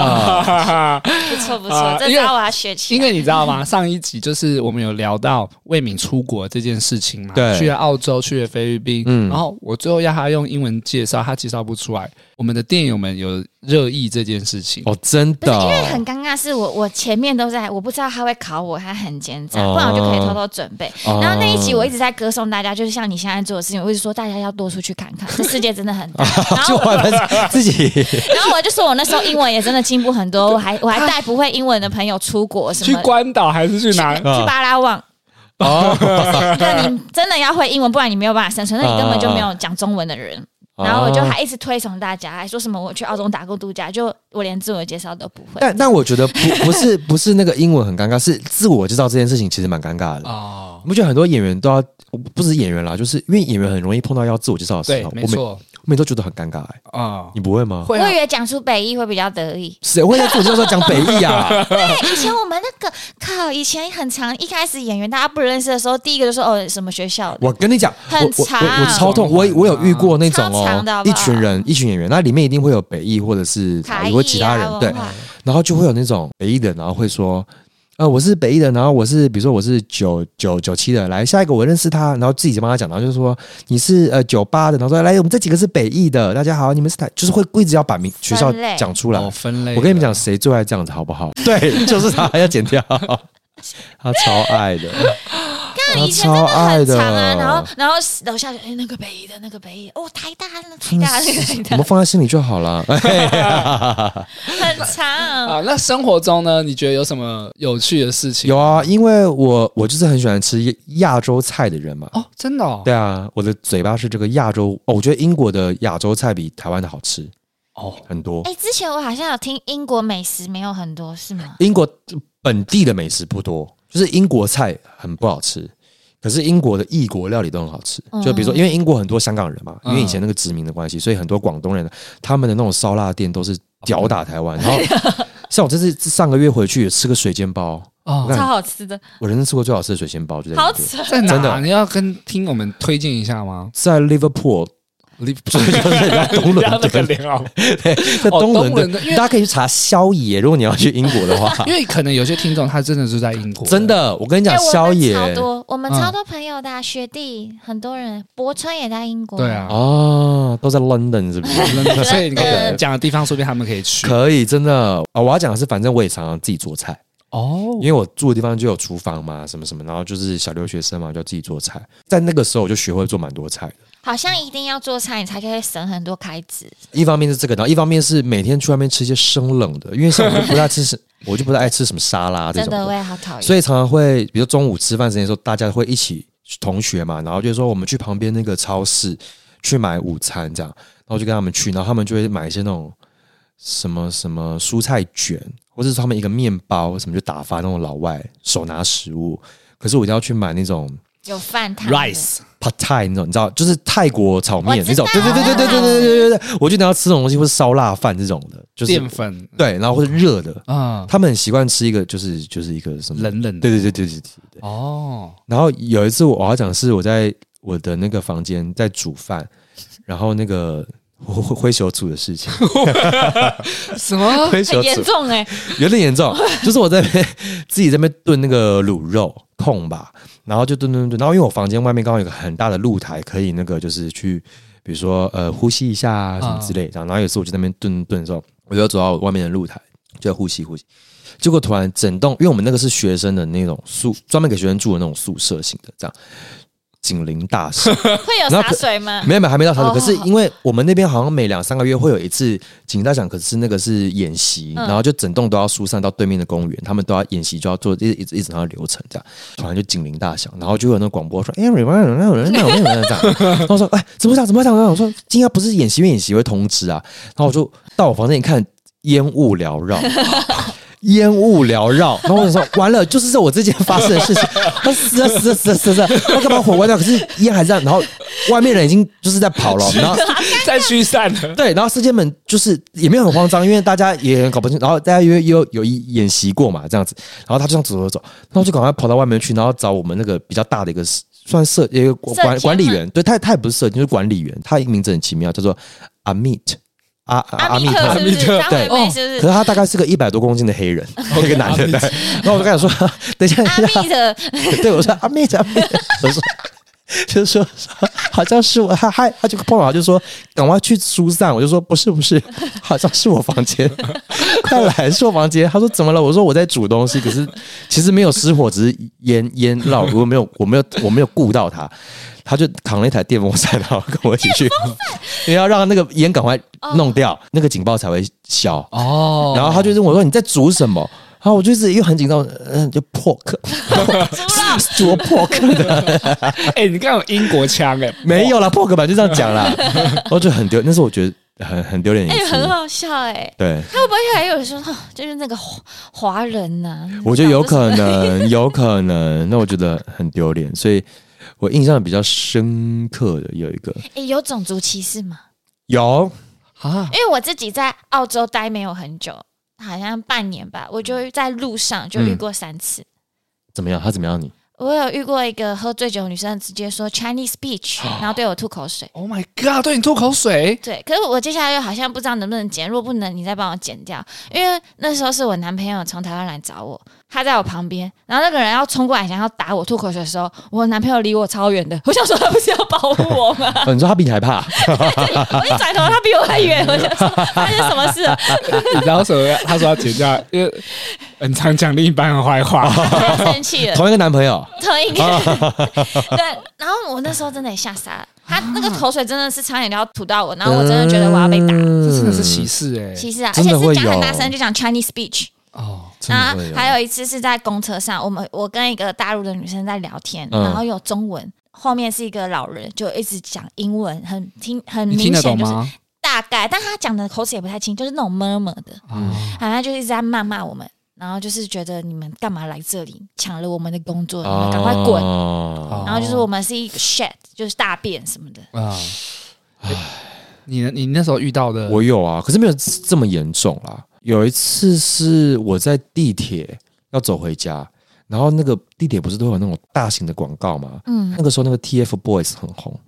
S1: 不
S3: 呃 太尴
S1: 要。
S2: 刚
S3: 不错不
S2: 啊
S3: 错，这
S2: 因为
S3: 招我要学起
S2: 因
S3: 来。
S2: 为你知道吗？上一集就是我们有聊到魏敏出国这件事情嘛，
S1: 对
S2: 去了澳洲，去了菲律宾，
S1: 嗯
S2: 然后我最后要他用英文介绍，他介绍不出来。我们的电友们有热议这件事情。
S1: 哦，真
S3: 不是
S1: 的哦，
S3: 因为很尴尬，是我我前面都在，我不知道他会考我，他很奸诈，
S1: 哦
S3: 不然我就可以偷偷准备。
S1: 哦
S3: 然后那一集我一直在歌颂大家，就是像你现在做的事情，我一直说大家要多出去看 看，这世界真的很大。然
S1: 就
S3: 后
S1: 完了自 己
S3: 然后我就说我那时候英文也真的进步很多，我还我还带不会英文的朋友出国什
S2: 去
S3: 么的。
S2: 关岛还是去哪？
S1: 啊
S3: 去巴拉望，
S1: 哦，
S3: 那你真的要会英文，不然你没有办法生存。那你根本就没有讲中文的人。
S2: 哦
S3: 然后我就
S1: 啊
S3: 还一直推崇大家，还说什么我去澳洲打过度假，就我连自我介绍都不会。
S1: 但但我觉得不不是不是那个英文很尴尬，是自我介绍这件事情其实蛮尴尬的。
S2: 哦，
S1: 你不觉得很多演员都要，我不止演员啦，就是因为演员很容易碰到要自我介绍的时
S2: 对
S1: 候，，
S2: 没
S1: 我每
S2: 错
S1: 我每都觉得很尴尬、欸。
S2: 啊，
S1: 你不会吗？
S2: 会
S3: 我
S2: 啊
S3: 以为讲出北艺会比较 得意。
S1: 谁会在自我介绍上讲北艺啊？
S3: 对，以前我们那个靠，以前很长，一开始演员大家不认识的时候，第一个就说哦什么学校的，
S1: 我跟你 讲，我
S3: 很
S1: 我
S3: 长
S1: 我我超痛，我我有遇过那种
S3: 超长的
S1: 哦
S3: 好，不
S1: 一
S3: 好
S1: 群人一群演员，那里面一定会有北艺或者是
S3: 才
S1: 也会啊其他人对，
S3: 啊文化
S1: 然后就会有那种北艺的，然后会说。呃，我是北艺的，然后我是比如说我是九九九七的，来下一个我认识他，然后自己帮他讲，然后就说你是呃九八的，然后说来我们这几个是北艺的，大家好，你们是台，就是会一直要把名学校
S3: 分类
S1: 讲出来
S2: 哦，。分类。
S1: 啊我跟你们讲，，谁最爱这样子好不 好？对，就是他，要剪掉，他超爱 的，
S3: 那以前真的很长啊，然后然后楼下就哎那个北艺的那个北艺的，哦台大那台大那 个
S1: 我
S3: 台
S1: 们放在心里就好了。
S3: 大很长，
S2: 啊，那生活中呢？你觉得有什么有趣的事情？
S1: 有啊，因为我我就是很喜欢吃亚洲菜的人嘛。
S2: 哦，真的哦，
S1: 对啊，我的嘴巴是这个亚洲、哦，我觉得英国的亚洲菜比台湾的好吃
S2: 哦，
S1: 很多。
S3: 哎之前我好像有听英国美食没有很多是吗？
S1: 英国本地的美食不多，就是英国菜很不好吃。可是英国的异国料理都很好吃，就比如说，因为英国很多香港人嘛，因为以前那个殖民的关系，所以很多广东人啊他们的那种烧腊店都是吊打台湾。然后像我这次上个月回去也吃个水煎包，我
S2: 哦，
S1: 看
S3: 超好吃的，
S1: 我人生吃过最好吃的水煎包就在英
S3: 好
S1: 国
S3: 吃。
S2: 在
S1: 真
S2: 哪？
S1: 的
S2: 你要跟听我们推荐一 下吗？
S1: 在 Liverpool，
S2: 你
S1: 就是在东
S2: 不要
S1: 伦
S2: 那个
S1: 敦，
S2: 脸 哦，
S1: 在
S2: 哦
S1: 东伦
S2: 东伦
S1: 敦
S2: 敦因为，
S1: 大家可以去查宵夜，如果你要去英国的话
S2: 因，为可能有些听众他真的是在英国，
S1: 真的，我跟你
S3: 哎
S1: 讲，
S3: 我
S1: 宵
S3: 们
S1: 夜
S3: 超多，我们
S2: 嗯
S3: 超多朋友的啊学弟，很多人，博川也在英国，
S2: 对，啊。
S1: 哦，都在 London 是不 是？
S2: 真的所以呃你
S3: 真
S2: 看
S3: 的
S2: 讲的地方，说不定他们可以去
S1: 呃可以，真的啊！我要讲的是，反正我也常常自己做菜，
S2: 哦
S1: 因。为我住的地方就有厨房嘛，什么什么，然后就是小留学生嘛，就自己做菜。在那个时候，我就学会做蛮多菜的。
S3: 好像一定要做菜，你才可以省很多开支。
S1: 一方面是这个，然后一方面是每天去外面吃一些生冷的，因为像我就不太吃什， 我就不太爱吃什么沙拉啊这
S3: 真
S1: 种
S3: 的，
S1: 的
S3: 我，也好讨厌。
S1: 所以常常会，比如中午吃饭时间的时候，大家会一起同学嘛，然后就说我们去旁边那个超市去买午餐这样，然后就跟他们去，然后他们就会买一些那种什么什么蔬菜卷，或者是他们一个面包什么，就打发那种老外手拿食物。可是我一定要去买那种
S3: 有饭堂的
S2: Rice，
S1: p a t a i 那种，你知道，就是泰国炒面
S3: 我
S1: 那
S3: 知道
S1: 种，对对对对对对对对对对，我就等要吃这种东西，或是烧腊饭这种的，就是
S2: 淀粉
S1: 对，然后或者热的，
S2: 啊，
S1: 他们很习惯吃一个就是就是一个什么，
S2: 冷冷的
S1: 对对对对对对。
S2: 哦，
S1: 然后有一次我我要讲的是我在我的那个房间在煮饭，然后那个 灰灰灰熊煮的事情，
S2: 什 么？
S1: 灰熊
S3: 哦很严
S1: 煮
S3: 重哎、
S1: 有点严重，就是我在那边自己在那边炖那个卤肉控吧，然后就炖炖炖，然后因为我房间外面刚好有个很大的露台，可以那个就是去比如说呃呼吸一下啊什么之类的，然后有时候我就在那边炖炖的时候，我就走到外面的露台就在呼吸呼吸。结果突然整栋，因为我们那个是学生的那种宿，专门给学生住的那种宿舍型的，这样警铃大响，
S3: 会有
S1: 然后
S3: 洒
S1: 可
S3: 水吗？
S1: 没有没有，还没到潮水。
S3: 哦
S1: 可是因为我们那边好像每两三个月会有一次警大奖，可是那个是演习，
S3: 嗯
S1: 然后就整栋都要疏散到对面的公园，他们都要演习，就要做一一直一直那流程这样。突然就警铃大响，然后就有那个广播说：“哎，有人有人有人有人有人这样。”然后说：“哎，怎么讲怎么讲？”然后我说：“今天不是演习，因为演习会通知啊。”然后我就到我房间一看，烟雾缭绕。烟雾缭绕，然后我想说， 完了，就是在我之前发生的事情， 我死了死了死了死了，我干嘛火关掉？可是烟还在，然后外面人已经就是在跑了，然后
S2: 再驱散了。
S1: 对，然后世界们就是也没有很慌张，因为大家也搞不清，然后大家也有有演习过嘛，这样子，然后他就这样走走走，然后就赶快跑到外面去，然后找我们那个比较大的一个算社一个
S3: 社监
S1: 管
S3: 吗
S1: 管理员，对他他也不是社监，就是管理员，他名字很奇妙，叫做阿密特啊阿
S3: 阿密
S1: 密
S3: 特
S1: 特
S3: 是不是？
S2: 阿密特
S3: 张惠妹
S2: 哦
S3: 是
S1: 可是
S3: 不是？
S1: 他大概是个一百多公斤的黑人，那个男的。 对然后我就跟他说：“ 等一下，
S3: 阿密特，
S1: 对我说阿妹，阿妹，我说就是说 好像是我，他还他就碰到，就说赶快去疏散。我就说不是不是， 好像是我房间， 快来是我房间。他说怎么了？我说我在煮东西，可是其实没有失火，只是烟烟绕，我没有我没有我没有顾到他。他就扛了一台电风扇，然后跟我一起去，因为要让那个烟赶快弄掉，那个警报才会消。
S2: 哦
S1: 然后他就问我说：“你在煮什么？”然后我就一直又很紧张，嗯，就 pork，煮哦 pork 的，
S2: 哎、你刚刚有英国腔哎、
S1: 没有啦 pork 吧，就这样讲啦， 然后就很丢，那是我觉得很很丢脸的
S3: 哎、
S1: 一次。
S3: 很好笑哎、
S1: 对，
S3: 他会不会还有人说，哦就是那个华华人啊呐、
S1: 我觉得有可 能，有可能，那我觉得很丢脸，所以我印象比较深刻的有一个
S3: 哎、有种族歧视吗？
S1: 有
S2: 啊
S3: 因为我自己在澳洲待没有很久，好像半年吧，我就在路上就遇过三次。
S1: 怎么样？他怎么样你？
S3: 我有遇过一个喝醉酒的女生，直接说 Chinese speech，然后
S1: 哦
S3: 对我吐口水。
S2: ，Oh my God，对你吐口 水，
S3: 对，可是我接下来又好像不知道能不能剪，如果不能，你再帮我剪掉。因为那时候是我男朋友从台湾来找我，他在我旁边，然后那个人要冲过来想要打我吐口水的时候，我男朋友离我超远的，我想说他 不是要保护我 吗？
S1: 哦你说他比你还 怕？
S3: 我一转头，他比我还远，我想说发生什么事了？
S2: 你知道为什么？他说要剪掉，因为很常讲另一半的坏话。
S1: 哦
S3: 太生气 了，
S1: 同一个男朋友，
S3: 同一个人。对，然后我那时候真的也吓傻了，他那个口水真的是差点就要吐到我，然后我真的觉得我要被打。
S2: 这真的是
S1: 嗯
S2: 歧视哎、
S3: 其实啊，
S1: 真
S3: 而且
S1: 的
S3: 是
S1: 会
S3: 讲很大
S1: 有
S3: 声，就讲 Chinese speech。
S2: 哦，
S1: 真
S3: 然
S1: 的
S3: 后
S1: 会有
S3: 啊还有一次是在公车上，我们我跟一个大陆的女生在聊天，
S1: 嗯
S3: 然后有中文，后面是一个老人，就一直讲英文，很听很
S2: 你听
S3: 明
S2: 得
S3: 显
S2: 懂
S3: 就是
S2: 吗？
S3: 大概，但他讲的口齿也不太清，就是那种么么的，
S2: 啊，
S3: 好像就一直在谩骂我们，然后就是觉得你们干嘛来这里，抢了我们的工作，你们赶快滚。
S1: 哦
S3: 然后就是我们是一个 shit，就是大便什么的。
S2: 啊，你你那时候遇到的，
S1: 我有啊，可是没有这么严重啦。有一次是我在地铁要走回家，然后那个地铁不是都有那种大型的广告吗？
S3: 嗯
S1: 那，个时候那个 TFBOYS 很红，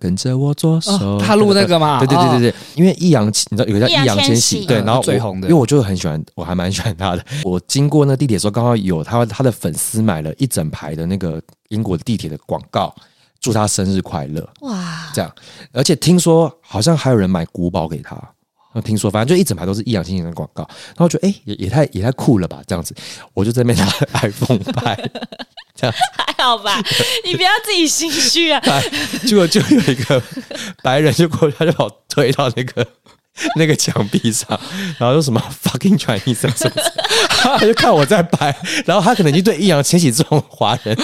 S1: 跟着我左手，
S2: 哦他录那个嘛，哦
S1: 对。对对对对
S2: 对，
S1: 对，因为易烊千，你知道有个叫
S3: 易
S1: 易
S3: 烊
S1: 烊千
S3: 千
S1: 玺，
S3: 玺
S1: 对，
S2: 嗯
S1: 然后我
S2: 最红的
S1: 因为我就很喜欢，我还蛮喜欢他的。我经过那地铁的时候，刚好有他他的粉丝买了一整排的那个英国地铁的广告，祝他生日快乐。
S3: 哇，
S1: 这样，而且听说好像还有人买古堡给他。我听说，反正就一整排都是易烊千玺的广告，然后我觉得哎、诶也也太也太酷了吧，这样子，我就在那边拿 iPhone 拍，
S3: 还好 吧？你不要自己心虚啊！
S2: 哎
S1: 结果就有一个 白人就过去，他就把我推到那个那个墙壁上，然后说什么 fucking Chinese 什么什么，他就看我在拍，然后他可能已经对易烊千玺这种华人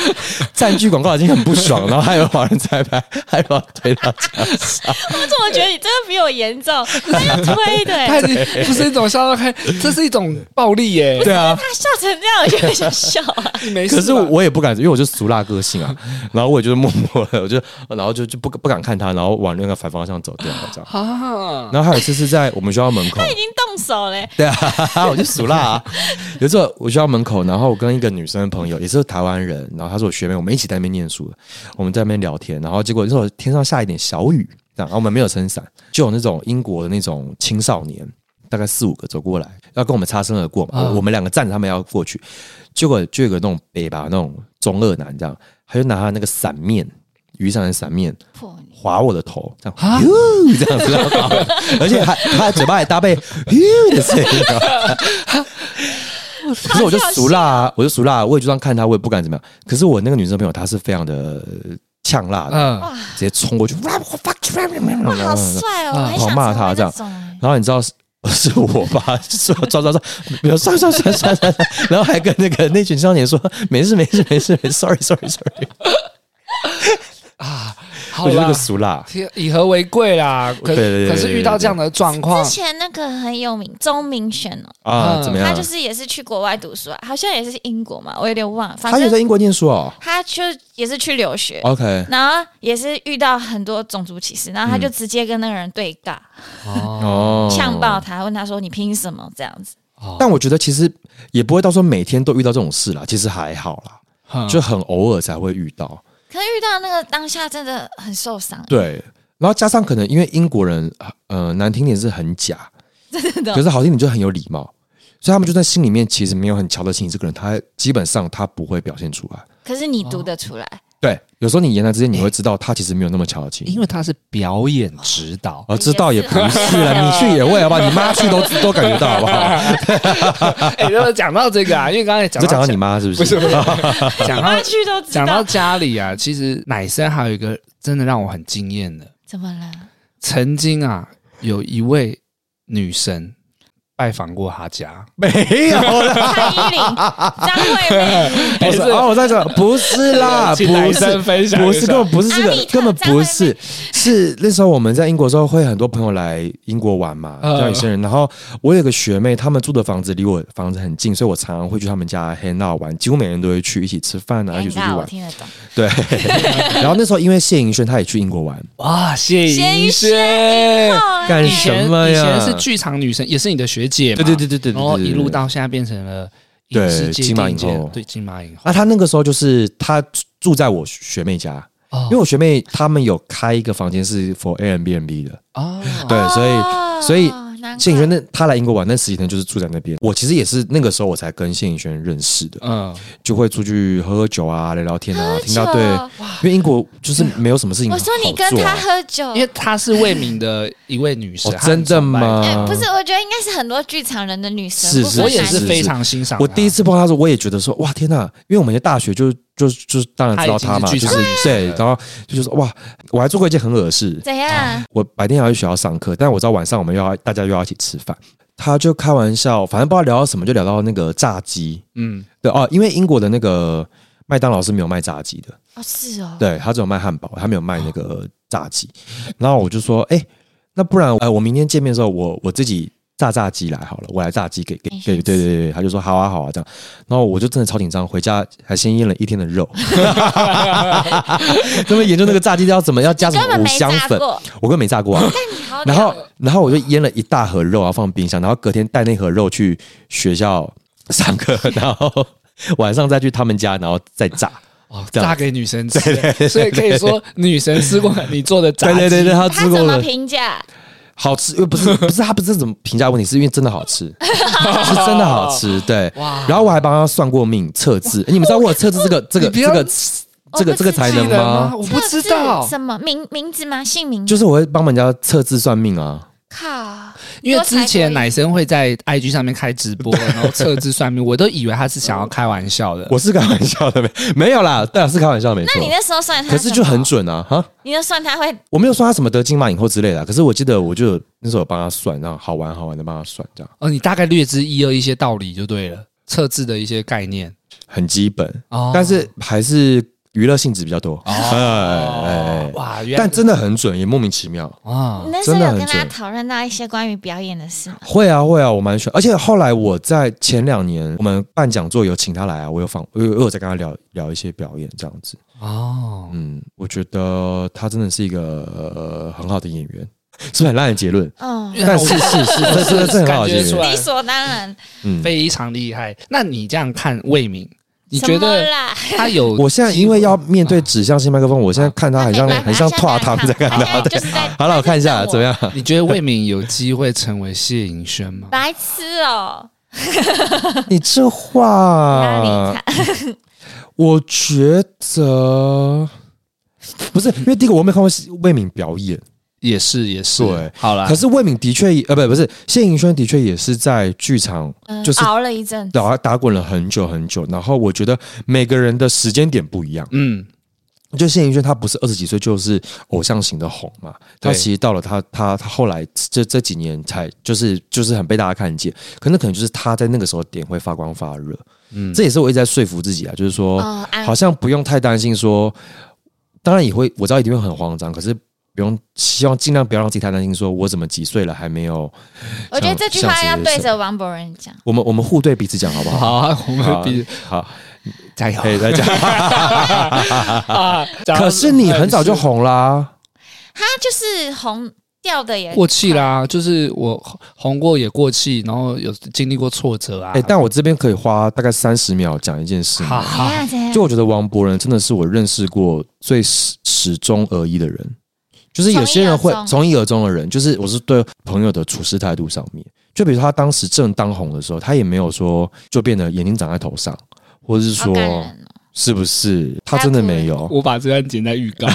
S1: 占据广告已经很不爽，然后还有华人在拍，还把我推到墙，
S3: 我怎么觉得你真的比我严重？他用推的、
S2: 他
S3: 欸，
S2: 已经不是一种笑到开，这是一种暴力耶、
S1: 对啊，
S3: 他笑成这样，我就会想笑啊！
S2: 你没事吧
S1: 可是我也不敢，因为我就俗辣个性啊。然后我也就是默默的，我就然后就就不不敢看他，然后往另一个反方向走掉了这样。
S2: 啊，
S1: 然后还有一次是在我们学校门口，
S3: 已经动手欸嘞、
S1: 对啊， 我就俗辣啊。有一次我学校门口，然后我跟一个女生朋友，也是台湾人，然后她是我学妹，我们一起在那边念书的，我们在那边聊天，然后结果那时候天上下一点小雨，这样，然后我们没有撑伞，就有那种英国的那种青少年，大概四五个走过来，要跟我们擦身而过嘛，
S2: 啊
S1: 我们两个站着，他们要过去，结果就有个那种北吧，那种中二男这样，他就拿他那个伞面。雨伞的伞面
S3: 破你！
S1: 划我的头，这
S2: 啊
S1: 样，哟， 这样子，然后 而且还他嘴巴还搭配 哟的声音，可是我就熟辣啊，我就熟辣啊，我也就这样看他，我也不敢怎么样。可是我那个女生朋友，她是非常的呃呛辣的，
S2: 嗯，
S3: 哇
S1: 直接冲过去， 哇我 fuck you，
S3: 哇，
S1: 然
S3: 好
S1: 后
S3: 帅哦！
S2: 嗯
S3: 我很想
S1: 啊狂骂他
S3: 成为
S1: 这样
S3: 那种欸
S1: 然后你知道 是是我吧？说抓抓抓，没有算算算算算，然后还跟那个那群少年说没事没事没事没事，sorry sorry sorry，
S2: 好
S1: 我觉得那
S2: 啦
S1: 个，熟辣，
S2: 天以和为贵啦。可
S1: 对对对
S2: 可是遇到这样的状况
S3: 之，前那个很有名，钟明轩哦，
S1: 啊，
S2: 嗯
S1: 怎么
S3: 他
S1: 样
S3: 就？是也是去国外读书啊，好像也是英国嘛，我有点忘了，反
S1: 他也在
S3: 正
S1: 英国哦念书哦
S3: 他就也是去留学。
S1: ，OK，
S3: 然后也是遇到很多种族歧视，然后他就直接跟那个人对尬，
S2: 哦
S1: 嗯哦，
S3: 呛爆他，问他说：“你凭什么这样子
S1: 但我觉得其实也不会到说每天都遇到这种事啦，其实还好啦，
S2: 嗯
S1: 就很偶尔才会遇到。？”
S3: 可是遇到那个当下真的很受伤，啊
S1: 对，然后加上可能因为英国人，呃，难听点是很假，
S3: 真的
S1: 可是好听点就很有礼貌，所以他们就在心里面其实没有很瞧得起你这个人，他基本上他不会表现出来。
S3: 可是你读得出来，
S1: 对，有时候你言谈之间你会知道他其实没有那么瞧得起你
S3: 哎
S2: 因。为他是表演指导，
S1: 哦我知道也不是了，你去也会好不好？你妈去都都感觉到好不 好？
S2: 哎、如果讲到这个啊，因为刚才
S1: 你
S2: 讲
S1: 就讲
S2: 到
S1: 到你妈是不
S2: 不是
S1: 是？
S2: 不是讲到
S3: 他去都知
S2: 讲到
S3: 道
S2: 家里啊，其实奶生还有一个真的让我很惊艳的，
S3: 怎么了？
S2: 曾经啊有一位女神拜访过他家，
S1: 没有啦，
S3: 蔡依林、张惠妹、
S1: 不是哦，我在讲不是啦，
S2: 请奶
S1: 不是
S2: 生分享
S1: 不
S2: 一下
S1: 是，根本不是这
S3: 阿密
S1: 个，
S3: 特
S1: 根本不
S3: 张惠
S1: 是。是那时候我们在英国的时候，会很多朋友来英国玩嘛，
S2: 嗯
S1: 叫有些人。然后我有个学妹，他们住的房子离我房子很近，所以我常常会去他们家 hang out 玩，几乎每人都会去一起吃饭啊，一起出去
S3: 那我
S1: 玩。
S3: 听得懂。
S1: 对。然后那时候因为谢盈萱她也去英国玩，
S2: 哇，谢
S3: 谢
S2: 盈
S3: 盈
S2: 萱。
S3: 哦
S1: 干
S2: 以前
S1: 什么
S2: 以前
S1: 呀？
S2: 是剧场女神，也是你的学姐嘛，
S1: 对对对对对对
S2: 然后
S1: 对
S2: 一
S1: 对
S2: 路
S1: 对
S2: 到现在变成了影视
S1: 对
S2: 界
S1: 金马
S2: 顶
S1: 影
S2: 尖
S1: 后
S2: 对金马影后
S1: 啊，她那个时候就是她住在我学妹家，
S2: 哦
S1: 因为我学妹他们有开一个房间是 for Airbnb 的，
S2: 哦，
S1: 对，所以
S3: 哦
S1: 所以
S3: 难怪
S1: 谢颖轩那他来英国玩那十几天就是住在那边，我其实也是那个时候我才跟谢颖轩认识的，
S2: 嗯，
S1: 就会出去喝喝酒啊，聊聊天啊，听到
S3: 酒
S1: 对，因为英国就是没有什么事情
S3: 我
S1: 好
S3: 说
S1: 做啊。
S3: 你跟他喝酒，
S2: 因为她是魏明的一位女神
S1: 哦，真的吗
S3: 哎不是，我觉得应该是很多剧场人的女生，
S1: 是
S3: 不
S2: 她很崇
S1: 是
S2: 拜？我
S3: 分
S2: 也
S3: 男
S2: 是
S1: 是
S2: 非常欣赏她。
S1: 我第一次碰到他的时候，我也觉得说哇天呐，因为我们在大学就就就当然知道他嘛，
S2: 他已
S1: 就
S2: 经
S1: 是
S2: 是剧场
S1: 对，
S2: 人
S1: 然后就说哇，我还做过一件很恶的事，
S3: 怎样？
S1: 我白天还要去学校上课，但我知道晚上我们又要大家又要一起吃饭。他就开玩笑，反正不知道聊到什么，就聊到那个炸鸡。
S2: 嗯，
S1: 对哦，因为英国的那个麦当劳是没有卖炸鸡的，
S3: 哦，是哦，
S1: 对，他只有卖汉堡，他没有卖那个炸鸡。然后我就说，哎、那不然，呃，我明天见面的时候，我我自己炸炸鸡来好了，我来炸鸡给给
S3: 哎
S1: 给，对对对对，他就说好啊好啊这样。然后我就真的超紧张，回家还先腌了一天的 肉， 他们研究那个炸鸡要怎么要加什
S3: 根
S1: 么
S3: 本
S1: 五
S3: 没
S1: 香
S3: 炸
S1: 粉，
S3: 过。
S1: 我根本没炸 过啊。
S3: 但你好屌，
S1: 然后，然后我就腌了一大盒肉，然后放冰箱，然后隔天带那盒肉去学校上课，然后 晚上再去他们家，然后再炸。
S2: 哦，
S1: 这样
S2: 炸给女 神吃，所以可以说女神吃过你做的炸
S1: 对
S2: 鸡。
S1: 对对对，他
S3: 他
S1: 吃
S3: 怎
S1: 过
S3: 么
S1: 了，
S3: 评价？
S1: 好吃，呃不是不是，他不是怎么评价问题，是因为真的好 吃，是真的好吃，对。
S2: 哇
S1: 然后我还帮他算过命测字，你们知道我有测字这个这个
S2: 你不
S1: 这
S2: 要
S1: 个这
S3: 哦
S1: 个这个才
S2: 记
S1: 能
S2: 得吗？
S1: 吗？
S2: 我不知
S3: 这
S2: 道
S3: 是，什么名名字吗？姓名？
S1: 就是我会帮人家测字算命啊，
S3: 靠，
S2: 因为之前奶生会在 IG 上面开直播，然后测字算命，我都以为他是想要开玩笑的。
S1: 我是开玩笑的，没没有啦，对啊，是开玩笑的，没
S3: 那你
S1: 错。
S3: 那时候算他，
S1: 可是就很，准啊，哈。
S3: 你就算他会
S1: 我没有说他什么得金马影后之类的啊、可是我记得我就有那时候有帮他算，然后好玩好玩的帮他算，这样
S2: 哦，你大概略知一二一些道理就对了，测字的一些概念。
S1: 很基本，
S2: 哦，
S1: 但是还是娱乐性质比较多。哎哎
S2: 哦
S1: 哎，
S2: 哇，原来
S1: 但真的很准，也莫名其妙。
S2: 啊
S3: 你，那时候
S1: 真的
S3: 有
S1: 很
S3: 跟他
S1: 准
S3: 讨论到一些关于表演的事吗？
S1: 会啊会啊，我蛮喜欢。而且后来我在前两年我们办讲座有请他来啊，我有访，我有我有在跟他聊聊一些表演这样子。
S2: 哦，
S1: 嗯，我觉得他真的是一个、呃、很好的演员，是不是很烂的结论？
S3: 嗯，
S1: 但是是是，这这这很好的结
S2: 感觉出
S1: 论
S2: 来。
S3: 理所当然。
S1: 嗯，
S2: 非常厉害。那你这样看魏明，你觉
S3: 什么
S2: 得
S3: 啦？
S2: 他有？
S1: 我现在因为要面对指向性麦克风，我现在看他很 像
S3: 没办法
S1: 很像拓汤在看
S3: 他现
S1: 他。
S3: 在
S1: 对，
S3: 哎就是 在
S1: 好了，我看一下怎么。样。
S2: 你觉得魏敏有机会成为谢盈萱 吗？
S3: 白痴哦，
S1: 你这
S3: 哪
S1: 话
S3: 里，差？
S1: 我觉得不是，因为第一个我没看过魏敏表演，
S2: 也是，也是。
S1: 对
S2: 好啦
S1: 可，是魏敏的确呃不不是谢盈萱的确也是在剧场
S3: 嗯
S1: 就是哦
S3: 熬了一阵子，
S1: 打打滚了很久很久，然后我觉得每个人的时间点不一样。
S2: 嗯，
S1: 就谢盈萱，她不是二十几岁就是偶像型的红嘛？她
S2: 对
S1: 其实到了她她她后来这这几年才就是就是很被大家看见，可那可能就是她在那个时候点会发光发热。嗯，这也是我一直在说服自己啊，就是说、
S3: 嗯，安
S1: 好像不用太担心说，当然也会我知道一定会很慌张，可是不用希望尽量不要让自己太担心，说我怎么几岁了还没有？
S3: 我觉得这句话要对着王博仁讲。
S1: 我们我们互对彼此讲好不好？
S2: 好啊，我们必
S1: 好，
S2: 加油
S1: 可以再 讲。
S2: 啊！讲到
S1: 可是你很早就红啦，
S3: 他就是红掉的也
S2: 过气啦，就是我红过也过气，然后有经历过挫折啊。
S1: 哎、但我这边可以花大概三十秒讲一件事吗
S2: 好
S3: 怎
S2: 好
S3: 样怎哎样？
S1: 啊就我觉得王伯仁真的是我认识过最始始终而一的人，就是有些人会
S3: 从
S1: 从一而终的人，就是我是对朋友的处事态度上面，就比如说他当时正当红的时候，他也没有说就变得眼睛长在头上，或者是
S3: 好
S1: 说
S3: 感人哦，
S1: 是不是？他真的没有，
S2: 我把这段剪在预告。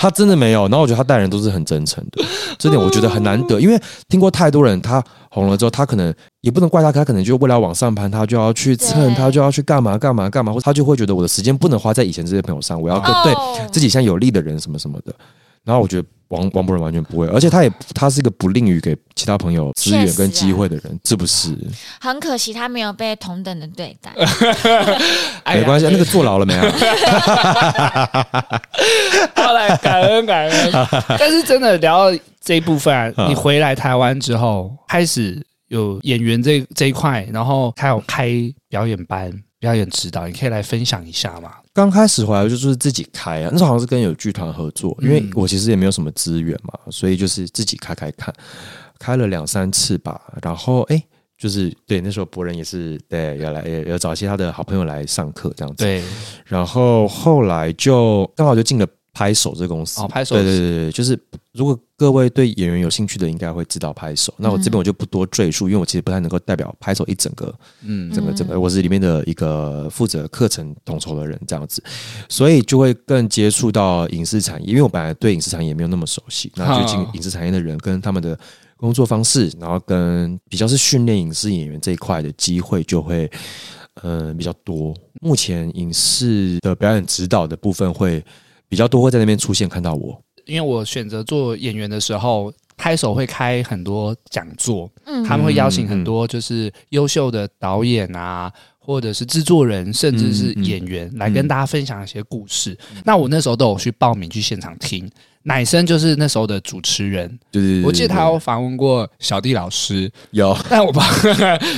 S1: 他真的没有。然后我觉得他待人都是很真诚的，这点我觉得很难
S3: 嗯
S1: 得，因为听过太多人，他红了之后，他可能也不能怪他，他可能就为了要往上攀，他就要去蹭，
S3: 对
S1: 他就要去干嘛干嘛干嘛，或者他就会觉得我的时间不能花在以前这些朋友上，我要跟、对
S3: 哦
S1: 自己像有利的人什么什么的。然后我觉得王王博仁完全
S3: 嗯
S1: 不会，而且他也他是一个不吝于给其他朋友资源
S3: 确实啊
S1: 跟机会的人，是不是？
S3: 很可惜他没有被同等的对 待。
S2: 哎
S1: 没
S2: 呀，
S1: 关
S3: 哎
S1: 系，那个坐牢了没啊有？
S2: 好来感恩感恩。但是真的聊到这一部分啊，
S1: 嗯
S2: 你回来台湾之后，开始有演员这这一块，然后还有开表演班、表演指导，你可以来分享一下吗？
S1: 刚开始回来就是自己开啊，那时候好像是跟有剧团合作，因为
S2: 嗯
S1: 我其实也没有什么资源嘛，所以就是自己开开看，开了两三次吧，然后哎。就是对，那时候博人也是对，要来也要找一些他的好朋友来上课这样子。
S2: 对，
S1: 然后后来就刚好就进了拍手这个公司。
S2: 哦，拍手
S1: 对对对对，就是如果各位对演员有兴趣的，应该会知道拍手。那我这边我就不多赘述，因为我其实不太能够代表拍手一整个
S2: 嗯
S1: 整个整
S3: 嗯
S1: 个，我是里面的一个负责课程统筹的人这样子，所以就会更接触到影视产业，因为我本来对影视产业没有那么熟悉，那就进
S2: 好
S1: 影视产业的人跟他们的工作方式，然后跟比较是训练影视演员这一块的机会就会。呃，比较多。目前影视的表演指导的部分会比较多，会在那边出现看到我。
S2: 因为我选择做演员的时候，拍手会开很多讲座，
S3: 嗯
S2: 他们会邀请很多就是优秀的导演啊，或者是制作人，甚至
S1: 嗯
S2: 是演员、来跟大家分享一些故事。那我那时候都有去报名去现场听，乃生就是那时候的主持人，
S1: 对对对
S2: 我记得他有访问过小弟老师，
S1: 有，
S2: 但我不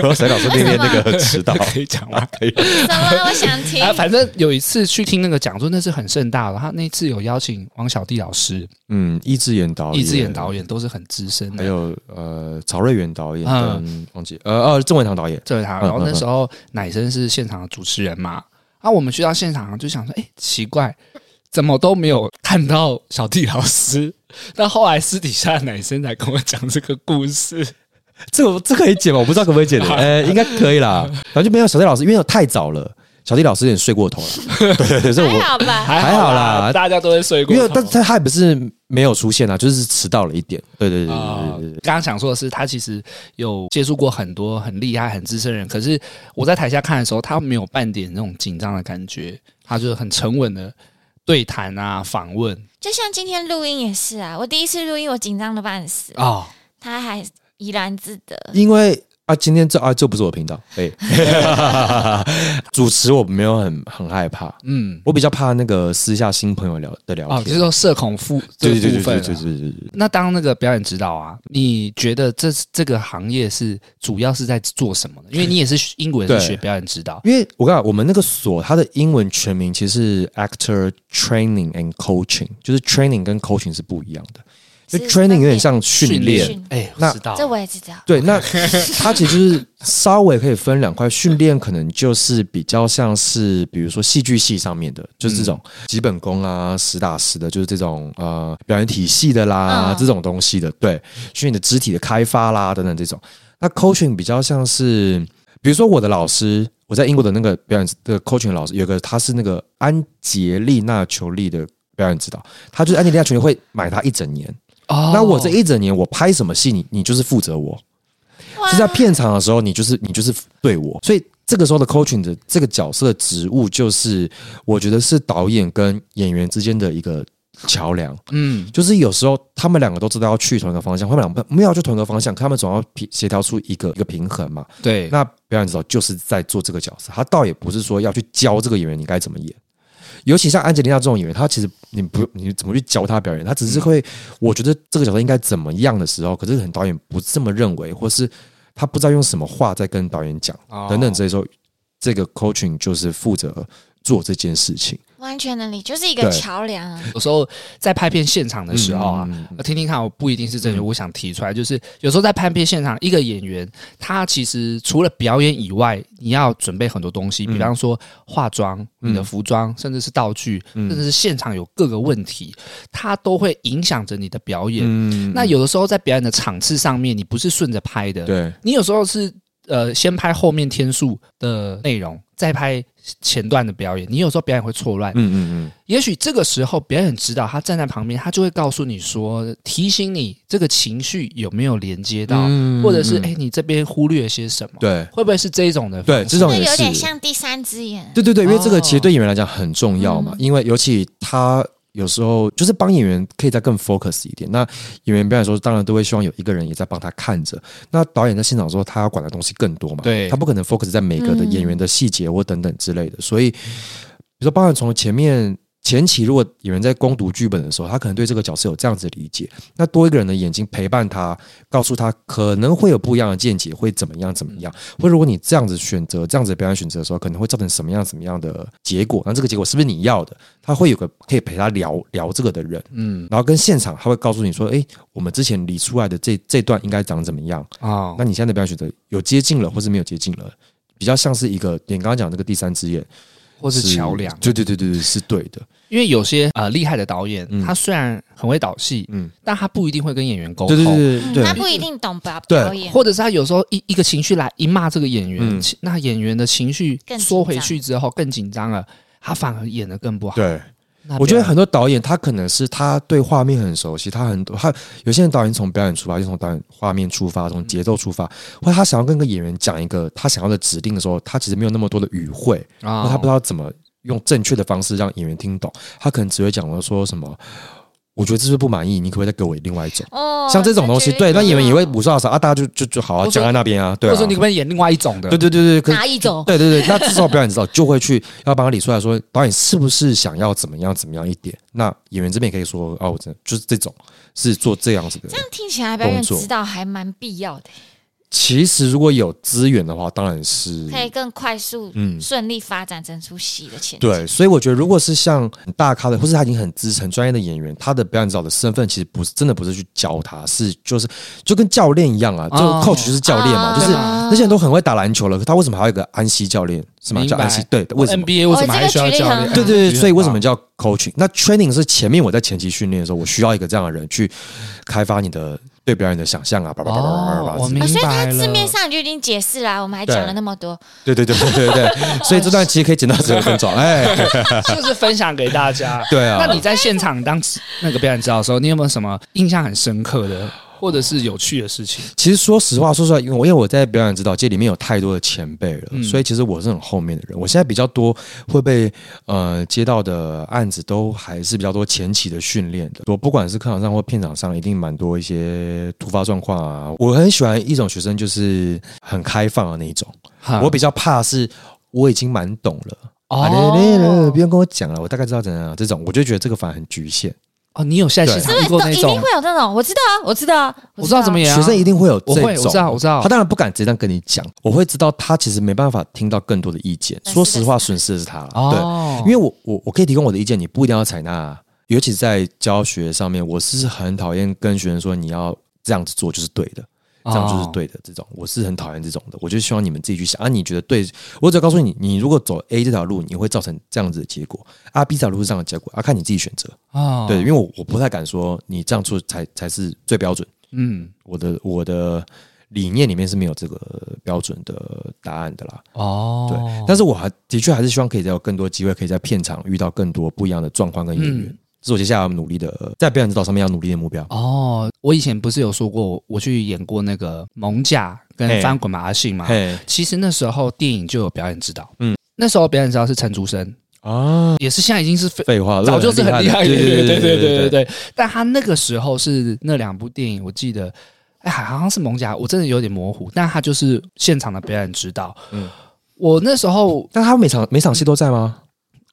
S1: 说谁老师那边那个指导，
S2: 可以讲吗？
S1: 可以
S3: 什么？我想 听。
S2: 啊，反正有一次去听那个讲座，那是很盛大的。他那次有邀请王小弟老师、
S1: 嗯，易智言导演，
S2: 易智言导演，都是很资深
S1: 还
S2: 的。
S1: 有呃曹瑞元导演
S2: 嗯
S1: 跟忘记呃呃郑文堂导演，
S2: 这是他，
S1: 嗯
S2: 然后
S1: 嗯
S2: 那
S1: 嗯
S2: 时候乃生是现场的主持人嘛，啊，我们去到现场就想说，哎、奇怪，怎么都没有看到小弟老师？ 但后来私底下乃生才跟我讲这个故事，
S1: 这个这可以剪吗？我不知道可不可以剪的，呃，应该可以啦。然后就没有小弟老师，因为太早了，小弟老师有点睡过头了。对对对，这
S3: 还
S1: 我
S3: 好吧，
S1: 还好啦
S2: 大家都会睡过
S1: 因
S2: 头。
S1: 为但他他也不是没有出现啊，就是迟到了一点。对对对对
S2: 啊
S1: 对对对，，
S2: 刚刚想说的是，他其实有接触过很多很厉害、很资深的人，可是我在台下看的时候，他没有半点那种紧张的感觉，他就是很沉稳的对谈啊、访问
S3: 就像今天录音也是啊，我第一次录音我紧张的半死，
S1: 哦
S2: 啊。
S3: 他还怡然自得。
S1: 因为啊，今天这啊这不是我频道，哎，主持我没有很很害怕，
S2: 嗯，
S1: 我比较怕那个私下新朋友聊的聊
S2: 哦，就是
S1: 天。
S2: 说社恐负这
S1: 对
S2: 个
S1: 对对
S2: 部分
S1: 对
S2: 啊、
S1: 对对对对对。
S2: 那当那个表演指导啊，你觉得这这个行业是主要是在做什么呢？因为你也是英国人，是
S1: 对
S2: 学表演指导。
S1: 因为我告诉你，我们那个所，它的英文全名其实是 Actor Training and Coaching，就是 training 跟 coaching 是不一样的。就是 training 有点像训
S3: 练
S1: 练，
S3: 训
S2: 哎，我
S1: 那
S2: 知道
S3: 这我也知道，
S1: 对，那它其实就是稍微可以分两块，训练可能就是比较像是，比如说戏剧系上面的，就是这种基本功啊、实打实的，就是这种呃表演体系的啦、
S3: 嗯
S1: 这种东西的，对，训练你的肢体的开发啦等等这种。那 coaching 比较像是，比如说我的老师，我在英国的那个表演的 coaching 的老师，有个他是那个安杰丽娜·裘丽的表演指导，他就是安杰丽娜·裘丽会买他一整年。
S2: 哦
S1: 那我这一整年我拍什么戏，你你就是负责我。就在片场的时候，你就是你就是对我，所以这个时候的 coaching 的这个角色职务，就是我觉得是导演跟演员之间的一个桥梁。
S2: 嗯
S1: 就是有时候他们两个都知道要去同一个方向，他们两个没有要去同一个方向，可他们总要平协调出一个一个平衡嘛。
S2: 对，
S1: 那表演指导就是在做这个角色，他倒也不是说要去教这个演员你该怎么演。尤其像安吉丽娜这种演员，她其实你不你怎么去教她表演，她只是会，我觉得这个角色应该怎么样的时候，可是很导演不这么认为，或是他不知道用什么话在跟导演讲、
S2: 哦
S1: 等等，这些时候，这个 coaching 就是负责做这件事情。
S3: 完全能理，就是一个
S1: 对
S3: 桥梁啊。
S2: 有时候在拍片现场的时候啊，
S1: 嗯
S2: 我听听看，我不一定是正确。我想提出来，就是有时候在拍片现场，一个演员他其实除了表演以外，你要准备很多东
S1: 嗯
S2: 西，比方说化妆、你的服装，甚至是道具，
S1: 嗯
S2: 甚至是现场有各个问题，它都会影响着你的表演。
S1: 嗯
S2: 那有的时候在表演的场次上面，你不是顺着拍的，
S1: 对
S2: 你有时候是。呃先拍后面天数的内容，再拍前段的表演。你有时候表演会错乱，
S1: 嗯嗯
S2: 也许这个时候表演指导他站在旁边，他就会告诉你说，提醒你这个情绪有没有连接到，
S1: 嗯
S2: 或者是
S1: 嗯
S2: 哎、你这边忽略些什么
S1: 嗯，，对
S2: 会不会是这一种的方
S1: 对，
S2: 式？
S1: 这种
S3: 那
S1: 也
S3: 有点
S1: 是，
S3: 像第三只眼，
S1: 对对对，因为这个其实
S2: 哦
S1: 对演员来讲很重要嘛，
S3: 嗯
S1: 因为尤其他。有时候就是帮演员可以再更 focus 一点。那演员表演的时候，当然都会希望有一个人也在帮他看着。那导演在现场的时候，他要管的东西更多嘛，
S2: 对
S1: 他不可能 focus 在每个的演员的细节或等等之类的。所以，比如说，包含从前面前期，如果演员在攻读剧本的时候，他可能对这个角色有这样子的理解，那多一个人的眼睛陪伴他，告诉他可能会有不一样的见解，会怎么样怎么样。或如果你这样子选择这样子的表演选择的时候，可能会造成什么样什么样的结果？那这个结果是不是你要的？他会有个可以陪他聊聊这个的人，
S2: 嗯
S1: 然后跟现场他会告诉你说：“诶，我们之前理出来的这这段应该长怎么样？
S2: 哦
S1: 那你现在的表演选择有接近了，或是没有接近了？”比较像是一个你刚刚讲这个第三只眼
S2: 或是桥梁，
S1: 对对对对对，是对的。
S2: 因为有些呃厉害的导演，
S1: 嗯
S2: 他虽然很会导戏，
S1: 嗯，
S2: 但他不一定会跟演员沟通。
S1: 对对对对
S3: 嗯他
S2: 哦
S1: 对，
S3: 不一定懂表
S1: 对
S3: 表演，
S2: 或者是他有时候一一个情绪来一骂这个演员，
S1: 嗯
S2: 其那演员的情绪
S3: 更紧
S2: 缩回
S3: 张
S2: 去之后更紧张了，他反而演的更不好。
S1: 对，
S2: 那
S1: 我觉得
S2: 表
S1: 很多导演他可能是他对画面很熟悉，他很多他有些人导演从表演出发，就从导演画面出发，从节奏出发，或者他想要跟个演员讲一个他想要的指令的时候，他其实没有那么多的语汇，
S2: 演
S1: 那、
S2: 啊，
S1: 他不知道怎么用正确的方式让演员听懂，他可能只会讲了说什么，我觉得这是不满意，你可不可以再给我另外一种？
S3: 哦，
S1: 像这种东西，对，那演员也会
S3: 补
S1: 五刷啥啊，大家就就就好
S2: 或
S1: 好
S2: 者
S1: 讲在那边啊，对
S2: 或
S1: 啊
S2: 者，说你可不可以演另外一种的？
S1: 对对对对，可是
S3: 哪一种？
S1: 对对对，那至少表演指导就会去要帮他理出来说，导演是不是想要怎么样怎么样一点？那演员这边也可以说，哦，我真的就是这种是做这样子的
S3: 这。样听起来表演
S1: 工作
S3: 指导还蛮必要的，
S1: 其实如果有资源的话，当然是
S3: 可以更快速、
S1: 嗯。
S3: 顺利发展整出戏的前景。
S1: 对，所以我觉得，如果是像很大咖的，或是他已经很资深、专业的演员，他的表演指导的身份其实不是真的不是去教他，是就是就跟教练一样啊，就
S2: 哦
S1: coach 就是教练嘛，
S3: 啊
S1: 就是那些人都很会打篮球了，可他为什么还有一个安西教练是吗？
S2: 明
S1: 叫
S2: 白
S1: 安西，对，为什么？
S2: NBA 为什么
S3: 哦这
S2: 还
S3: 个
S2: 需要
S3: 举例
S2: 教
S3: 很
S2: 练？
S3: 好
S1: 对 对对，所以为什么
S2: 叫
S1: 叫 coaching？那 training 是前面我在前期训练的时候，我需要一个这样的人去开发你的对表演的想象啊，叭叭叭叭叭叭
S2: 哦，
S1: 叭
S2: 我
S1: 叭，
S2: 明
S3: 啊，所以
S2: 白
S3: 他
S2: 了。
S3: 字面上就已经解释啦，我们还讲了那么多，
S1: 对对对对对对，所以这段其实可以剪到十二分钟，哎，
S2: 就是分享给 大家。
S1: 对啊
S2: 那你在现场当那个表演指导的时候，你有没有什么印象很深刻的，或者是有趣的事情？
S1: 其实说实话，说实话，因为我因为我在表演指导界里面有太多的前辈了，
S2: 嗯
S1: 所以其实我是很后面的人。我现在比较多会被呃接到的案子都还是比较多前期的训练的，我不管是课堂上或片场上，一定蛮多一些突发状况啊。我很喜欢一种学生，就是很开放的那一种。
S2: 哈
S1: 我比较怕是我已经蛮懂了，啊，
S2: 啊哦
S1: 你你你不用跟我讲了，我大概知道怎样啊这种，我就觉得这个反而很局限。
S2: 哦，你有下
S1: 对
S2: 戏
S3: 是不
S2: 场遇
S3: 是
S2: 过
S3: 都
S2: 那
S3: 一
S2: 种
S3: 定？会有那种？我知道啊，我知道啊，
S2: 我知道怎么
S3: 演。
S2: 演啊，
S1: 学生一定会有这
S2: 我
S1: 种，
S2: 会，我知道，我知道
S1: 他。当然不敢直接这样跟你讲，我会知道他其实没办法听到更多的意见。
S3: 但是
S1: 说实话，损失的是他了，
S2: 哦
S1: 对，因为我我我可以提供我的意见，你不一定要采纳啊、尤其在教学上面，我是很讨厌跟学生说你要这样子做就是对的。
S2: 哦
S1: 这样就是对的。这种我是很讨厌这种的，我就希望你们自己去想啊。你觉得对，我只要告诉你，你如果走 A 这条路，你会造成这样子的结果；啊 B 这条路是这样的结果，啊看你自己选择。
S2: 哦，
S1: 对，因为我我不太敢说你这样做才才是最标准。
S2: 嗯，
S1: 我的我的理念里面是没有这个标准的答案的啦。
S2: 哦，
S1: 对，但是我还的确还是希望可以再有更多机会，可以在片场遇到更多不一样的状况跟演员。
S2: 嗯
S1: 这是我接下来要努力的，在表演指导上面要努力的目标。
S2: 哦，我以前不是有说过，我我去演过那个《萌甲》跟
S1: 嘿
S2: 《翻滚吧阿信》嘛。
S1: 嘿
S2: 其实那时候电影就有表演指导，
S1: 嗯
S2: 嗯，那时候表演指导是陈竹生，
S1: 啊，
S2: 也是现在已经是非
S1: 废话，
S2: 哦早就是很厉害的，
S1: 对
S2: 对对
S1: 对
S2: 对
S1: 对
S2: 对对。但他那个时候是那两部电影，我记得，哎，好像是《萌甲》，我真的有点模糊，但他就是现场的表演指导。
S1: 嗯
S2: 嗯，我那时候
S1: 但他每场每场戏都在吗？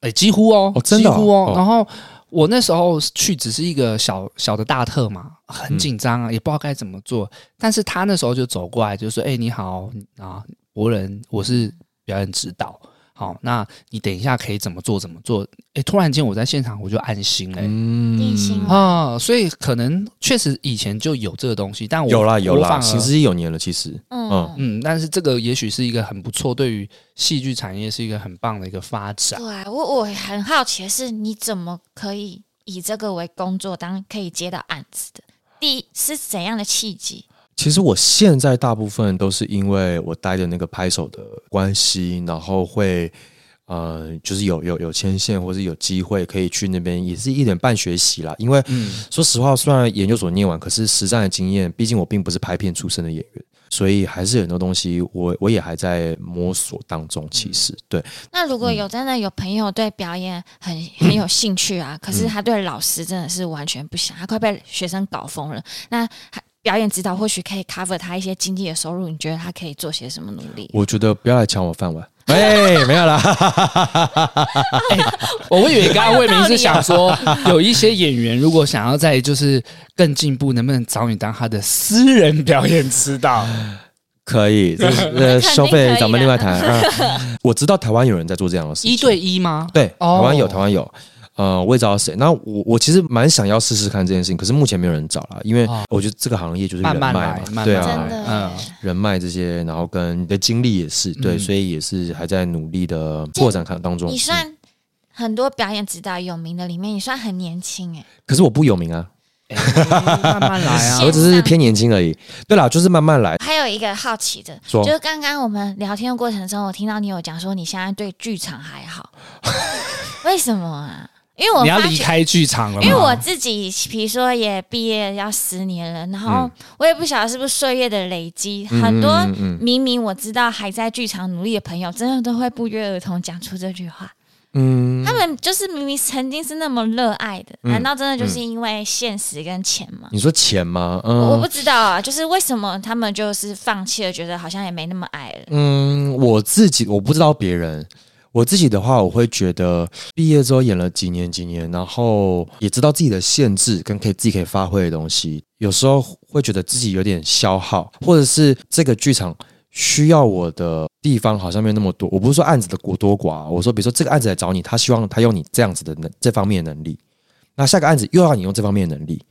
S2: 哎、几乎哦，
S1: 哦真的哦
S2: 几乎哦。
S1: 哦
S2: 然后我那时候去只是一个小小的大特嘛，
S1: 嗯
S2: 很紧张啊，也不知道该怎么做。但是他那时候就走过来，就说：“哎、你好啊，博人，我是表演指导。好，那你等一下可以怎么做怎么做？哎、突然间我在现场我就安心嘞、
S1: 嗯
S3: 定型
S2: 啊、所以可能确实以前就有这个东西，但我
S1: 有啦有
S2: 我
S1: 啦，
S2: 反
S1: 行
S2: 而
S1: 之有年了，其实嗯
S3: 嗯，
S2: 嗯，但是这个也许是一个很不错，对于戏剧产业是一个很棒的一个发展。
S3: 对啊，我我很好奇的是，你怎么可以以这个为工作，当可以接到案子的？第一是怎样的契机？
S1: 其实我现在大部分都是因为我待的那个拍手的关系，然后会呃，就是有有有牵线，或是有机会可以去那边，也是一点半学习啦。因为、
S2: 嗯
S1: 说实话，虽然研究所念完，可是实战的经验，毕竟我并不是拍片出身的演员，所以还是有很多东西我我也还在摸索当中。其实、对，
S3: 那如果有真的有朋友对表演很 很有兴趣啊，可是他对老师真的是完全不想，他快被学生搞疯了。那他表演指导或许可以 cover 他一些经济的收入，你觉得他可以做些什么努力？
S1: 我觉得不要来抢我饭碗。哎、没有 啦，
S2: 哎我以为刚刚魏明是想说，有一些演员如果想要在就是更进步，能不能找你当他的私人表演指导？
S1: 可以，这是呃，
S3: 肯定
S1: 收
S3: 可
S1: 费
S3: 以
S1: 咱们
S3: 的
S1: 另外谈。啊我知道台湾有人在做这样的事情，
S2: 一对一吗？
S1: 对，台
S2: 哦
S1: 湾有，台湾有。呃，我也知道谁。那我我其实蛮想要试试看这件事情，可是目前没有人找啦，因为
S2: 哦
S1: 我觉得这个行业就是人
S2: 慢
S1: 脉
S2: 慢
S1: 嘛，
S2: 来，慢慢
S1: 对
S2: 来，
S1: 啊，
S3: 真的
S2: 嗯，
S1: 人脉这些，然后跟你的经历也是对，
S2: 嗯
S1: 所以也是还在努力的扩展看当中。
S3: 你
S1: 嗯
S3: 算很多表演指导有名的里面，你算很年轻哎、
S1: 可是我不有名啊，
S2: 哎慢慢来 啊
S1: 我
S3: 线是。
S1: 只是偏年轻而已。对啦，就是慢慢来。
S3: 还有一个好奇的，
S1: 说
S3: 就是刚刚我们聊天的过程中，我听到你有讲说你现在对剧场 还好，为什么啊？因为我
S2: 你要
S3: 发
S2: 离
S3: 觉。
S2: 开剧场了吗？
S3: 因为我自己，比如说也毕业要十年了，然后
S1: 嗯
S3: 我也不晓得是不是岁月的累积，
S1: 嗯
S3: 很多
S1: 嗯嗯
S3: 明明我知道还在剧场努力的朋友，真的都会不约而同讲出这句话。
S1: 嗯，
S3: 他们就是明明曾经是那么热爱的，
S1: 嗯
S3: 难道真的就是因为现实跟钱吗？
S1: 你说钱吗？嗯，
S3: 我我不知道啊，就是为什么他们就是放弃了，觉得好像也没那么爱了。
S1: 嗯，我自己我不知道别人，我自己的话，我会觉得毕业之后演了几年几年，然后也知道自己的限制跟可以自己可以发挥的东西，有时候会觉得自己有点消耗，或者是这个剧场。需要我的地方好像没有那么多，我不是说案子的多多寡，啊我说比如说这个案子来找你，他希望他用你这样子的能这方面的能力，那下个案子又要你用这方面的能力，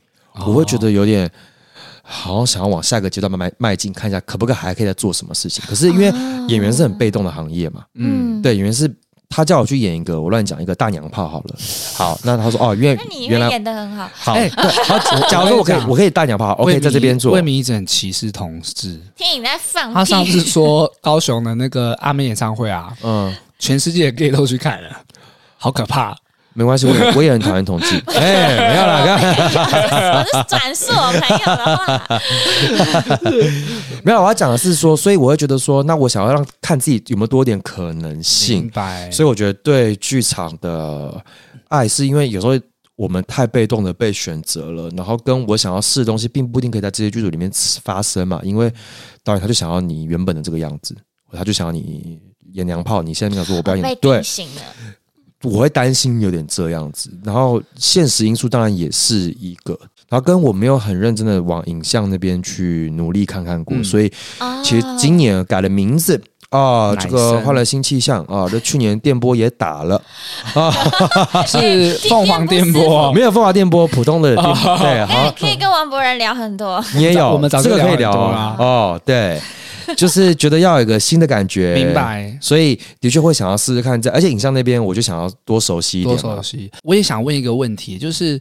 S1: 我会觉
S2: 哦
S1: 得有点好像想要往下个阶段慢慢迈进，看一下可不可以还可以再做什么事情。可是因为演员是很被动的行业嘛，
S2: 啊嗯，
S1: 对，演员是他叫我去演一个，我乱讲一个大娘炮好了。好，那他说哦，因为
S3: 那你因
S1: 原
S3: 为
S1: 来
S3: 演的很好，
S1: 好，
S2: 哎
S1: 对好，假如说我可以
S2: 我跟你讲
S1: 我可以大娘炮
S2: 魏
S1: ，OK，
S2: 明
S1: 在这边做
S2: 哦魏，明一直很歧视同志。
S3: 听你在 放
S2: 他上
S3: 屁，
S2: 次说高雄的那个阿妹演唱会啊，
S1: 嗯，
S2: 全世界的 gay 都去看了，好可怕。
S1: 没关系，我也我也很讨厌同 志，哎，没有啦，刚
S3: 我是转述我朋友的 话。
S1: 没有，我要讲的是说，所以我会觉得说，那我想要让看自己有没有多点可能性
S2: 明，白，
S1: 所以我觉得对剧场的爱，是因为有时候我们太被动的被选择了，然后跟我想要试的东西，并不一定可以在这些剧组里面发生嘛。因为导演他就想要你原本的这个样子，他就想要你演娘炮，你现在没想说我不要
S3: 被
S1: 演，对
S3: 定，型了，
S1: 我会担心有点这样子。然后现实因素当然也是一个。然后跟我没有很认真的往影像那边去努力看看过，
S2: 嗯
S1: 所以
S3: 哦
S1: 其实今年改了名字啊，
S2: 奶
S1: 这个
S2: 生
S1: 换了新气象啊，这去年电波也打了，
S3: 哦
S2: 是凤凰电波。啊
S1: 没有风华电波，啊普通的电对，
S3: 哎
S1: 好，，
S3: 可以跟王博仁聊很多。
S1: 你也有，
S2: 哦我们早
S1: 这
S2: 就
S1: 个可以聊
S2: 聊很多
S1: 啊
S2: 啦
S1: 哦，对，就是觉得要有一个新的感觉，
S2: 明。白，
S1: 所以的确会想要试试看，在而且影像那边我就想要多熟悉一
S2: 多
S1: 点嘛
S2: 熟，悉。我也想问一个问题，就是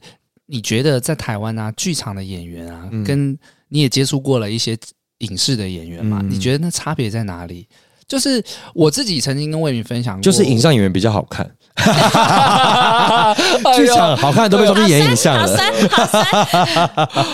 S2: 你觉得在台湾啊，剧场的演员啊，
S1: 嗯
S2: 跟你也接触过了一些影视的演员嘛，
S1: 嗯
S2: 你觉得那差别在哪里？就是我自己曾经跟魏明分享过，
S1: 就是影像演员比较好看，
S2: 哎呦啊
S1: 剧场好看都被抓去演影像
S3: 好
S1: 了，
S3: 酸，好酸，好酸！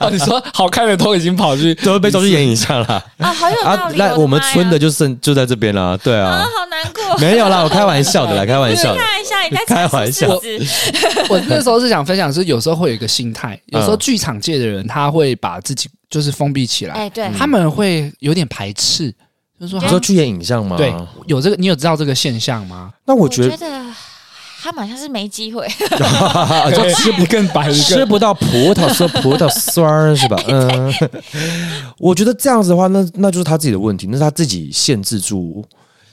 S2: 哦，你说好看的都已经跑去，
S1: 都被抓去演影像了
S3: 啊，好有道
S1: 啊！
S3: 理。
S1: 那
S3: 的
S1: 我们
S3: 妈呀
S1: 村的就剩就在这边啦，对
S3: 啊
S1: 啊，，
S3: 好难过。
S1: 没有啦，我开玩笑 的啦，开玩笑的
S3: 开，玩笑，你在
S1: 开玩笑
S3: 阐述事实
S2: 我那时候是想分享，是有时候会有一个心态，
S1: 嗯
S2: 有时候剧场界的人他会把自己就是封闭起来，
S3: 哎，
S1: 嗯
S3: 对，
S2: 他们会有点排斥，就是说啊
S1: 你
S2: 他
S1: 说去演影像吗？
S2: 对有这个，你有知道这个现象吗？
S1: 那我
S3: 我
S1: 觉
S3: 觉
S1: 得
S3: 得他们好像是没机会。
S1: 啊， 就吃不
S2: 更白
S1: 吃不到葡萄说葡萄酸儿 是吧？嗯， 我觉得这样子的话，那那就是他自己的问题，那是他自己限制住。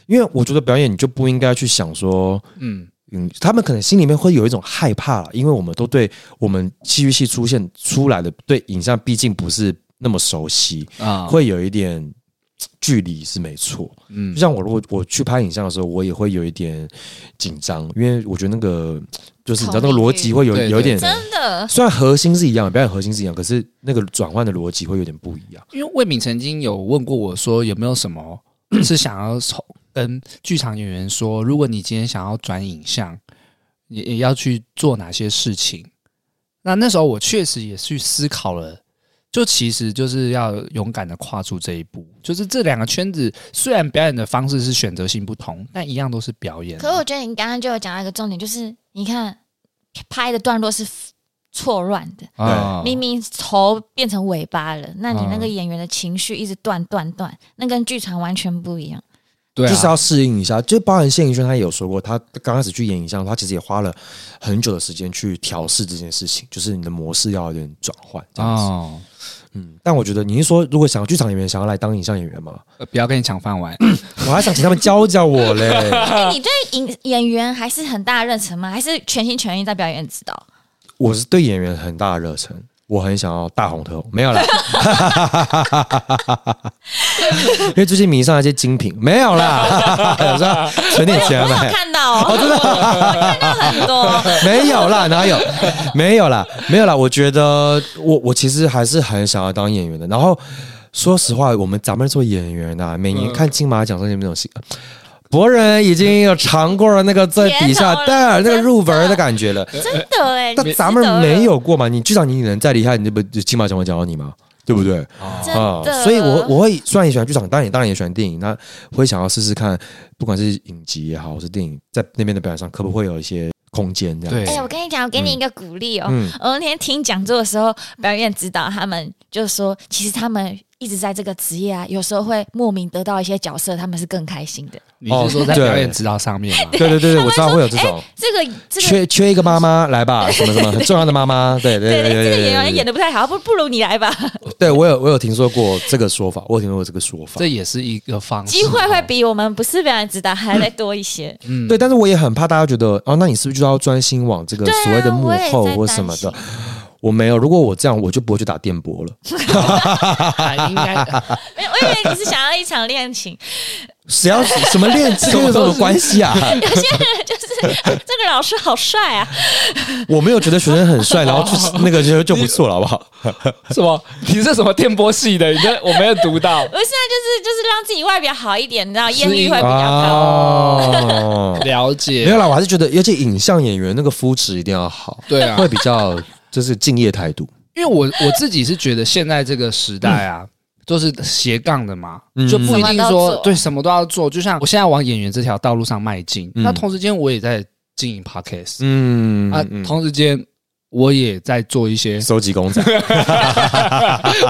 S1: 因为我觉得表演你就不应该去想说，
S2: 嗯，
S1: 嗯，他们可能心里面会有一种害怕啦，因为我们都对我们戏剧系出现出来的对影像毕竟不是那么熟悉，
S2: 啊，
S1: 会有一点距离是没错。
S2: 嗯
S1: 就，像我如果我去拍影像的时候，我也会有一点紧张，因为我觉得那个就是你知道那个逻辑会有
S2: 对对
S1: 有一点，
S3: 真的，
S1: 虽然核心是一样，表演核心是一样，可是那个转换的逻辑会有点不一样。
S2: 因为魏敏曾经有问过我说，有没有什么是想要从跟剧场演员说，如果你今天想要转影像，也也要去做哪些事情？那那时候我确实也去思考了，就其实就是要勇敢的跨出这一步。就是这两个圈子虽然表演的方式是选择性不同，但一样都是表演。
S3: 可是我觉得你刚刚就有讲到一个重点，就是你看拍的段落是错乱的，
S1: 哦
S2: 啊
S3: 明明头变成尾巴了，那你那个
S2: 嗯
S3: 演员的情绪一直断断断，那跟剧场完全不一样。
S2: 对啊
S1: 就是要适应一下。就包含谢盈萱，她也有说过，她刚开始去演影像，她其实也花了很久的时间去调试这件事情，就是你的模式要有点转换这样子。
S2: 哦，
S1: 嗯，但我觉得你是说，如果想剧场演员想要来当影像演 员吗？
S2: 呃不要跟你抢饭碗。
S1: 我还想请他们教教我嘞。
S3: 哎你对演演员还是很大的热忱吗？还是全心全意在表演指导？
S1: 我是对演员很大的热忱，我很想要大红特红，没 有啦，因为最近迷上一些精品，没有啦， 想说存点钱啊
S3: 我有
S1: 买。
S3: 看到、哦，我看到很多。
S1: 没有啦，哪有？没有啦，没有啦。我觉得我我其实还是很想要当演员的。然后说实话，我们咱们做演员呐、每年看金马奖这些那种戏，呃博人已经有尝过了那个在底下
S3: 甜头了
S1: 带那个
S3: 真
S1: 入门的感觉了。
S3: 真的 哎、
S1: 但
S3: 你
S1: 咱
S3: 值得
S1: 们
S3: 了
S1: 没有过嘛？你剧场你能再厉害，你这不就金马奖会讲到你吗？对不对
S2: 哦
S3: 真
S1: 啊
S3: 的？
S1: 所以我，我会虽然也喜欢剧场，当然也当然也喜欢电影，那会想要试试看，不管是影集也好，或是电影，在那边的表演上，可不会有一些空间这样？
S2: 对
S3: 哎、我跟你讲，我给你一个鼓励哦。
S1: 嗯，
S3: 我那天听讲座的时候，表演指导他们就说，其实他们一直在这个职业啊，有时候会莫名得到一些角色，他们是更开心的。
S2: 你是说在
S1: 哦对
S2: 表演指导上面吗？
S1: 对对对对，我知道会有这种
S3: 这个哎这个。
S1: 缺缺一个妈妈来吧，什么什么很重要的妈妈，对对
S3: 对
S1: 对对
S3: 对，这个演
S1: 对
S3: 员演
S1: 对，
S3: 的不太好，不不如你来吧，
S1: 对我有我有听说过这个说法，我有听说过这个说法
S2: 这，也是一个方式。
S3: 机会会比我们不是表演指导还要再多一些。
S2: 嗯
S1: 对，但是我也很怕大家觉得，哦，那你是不是就要专心往这个
S3: 对啊
S1: 所谓的幕
S3: 我也在
S1: 后或什么的
S3: 担？
S1: 我没有，如果我这样，我就不会去打电波了。
S2: 啊应该
S3: 没有，我以为你是想要一场恋情，
S1: 谁要什么练 这个有什么关系啊？
S3: 有些人就是这个老师好帅啊，
S1: 我没有觉得学生很帅，然后
S3: 哦
S1: 就是那个就就不错了，好不好？
S4: 什么？你是什么电波系的？你这我没有读 到。
S3: 不是啊，就是就是让自己外表好一点，你知道艳
S2: 是
S3: 遇
S2: 一
S3: 会比较高。
S1: 啊 哦，
S2: 了
S1: 没有
S2: 解，
S1: 啦，我还是觉得，尤其影像演员那个肤质一定要好，
S2: 对啊
S1: 会，比较就是敬业态度。
S2: 因为我我自己是觉得现在这个时代啊，都是斜杠的嘛，
S1: 嗯
S2: 就不一定
S3: 什么都要
S2: 说
S3: 做
S2: 对什么都要做。就像我现在往演员这条道路上迈进，
S1: 嗯
S2: 那同时间我也在经营 podcast
S1: 嗯
S2: 啊，同时间我也在做 一些，
S1: 收集公仔，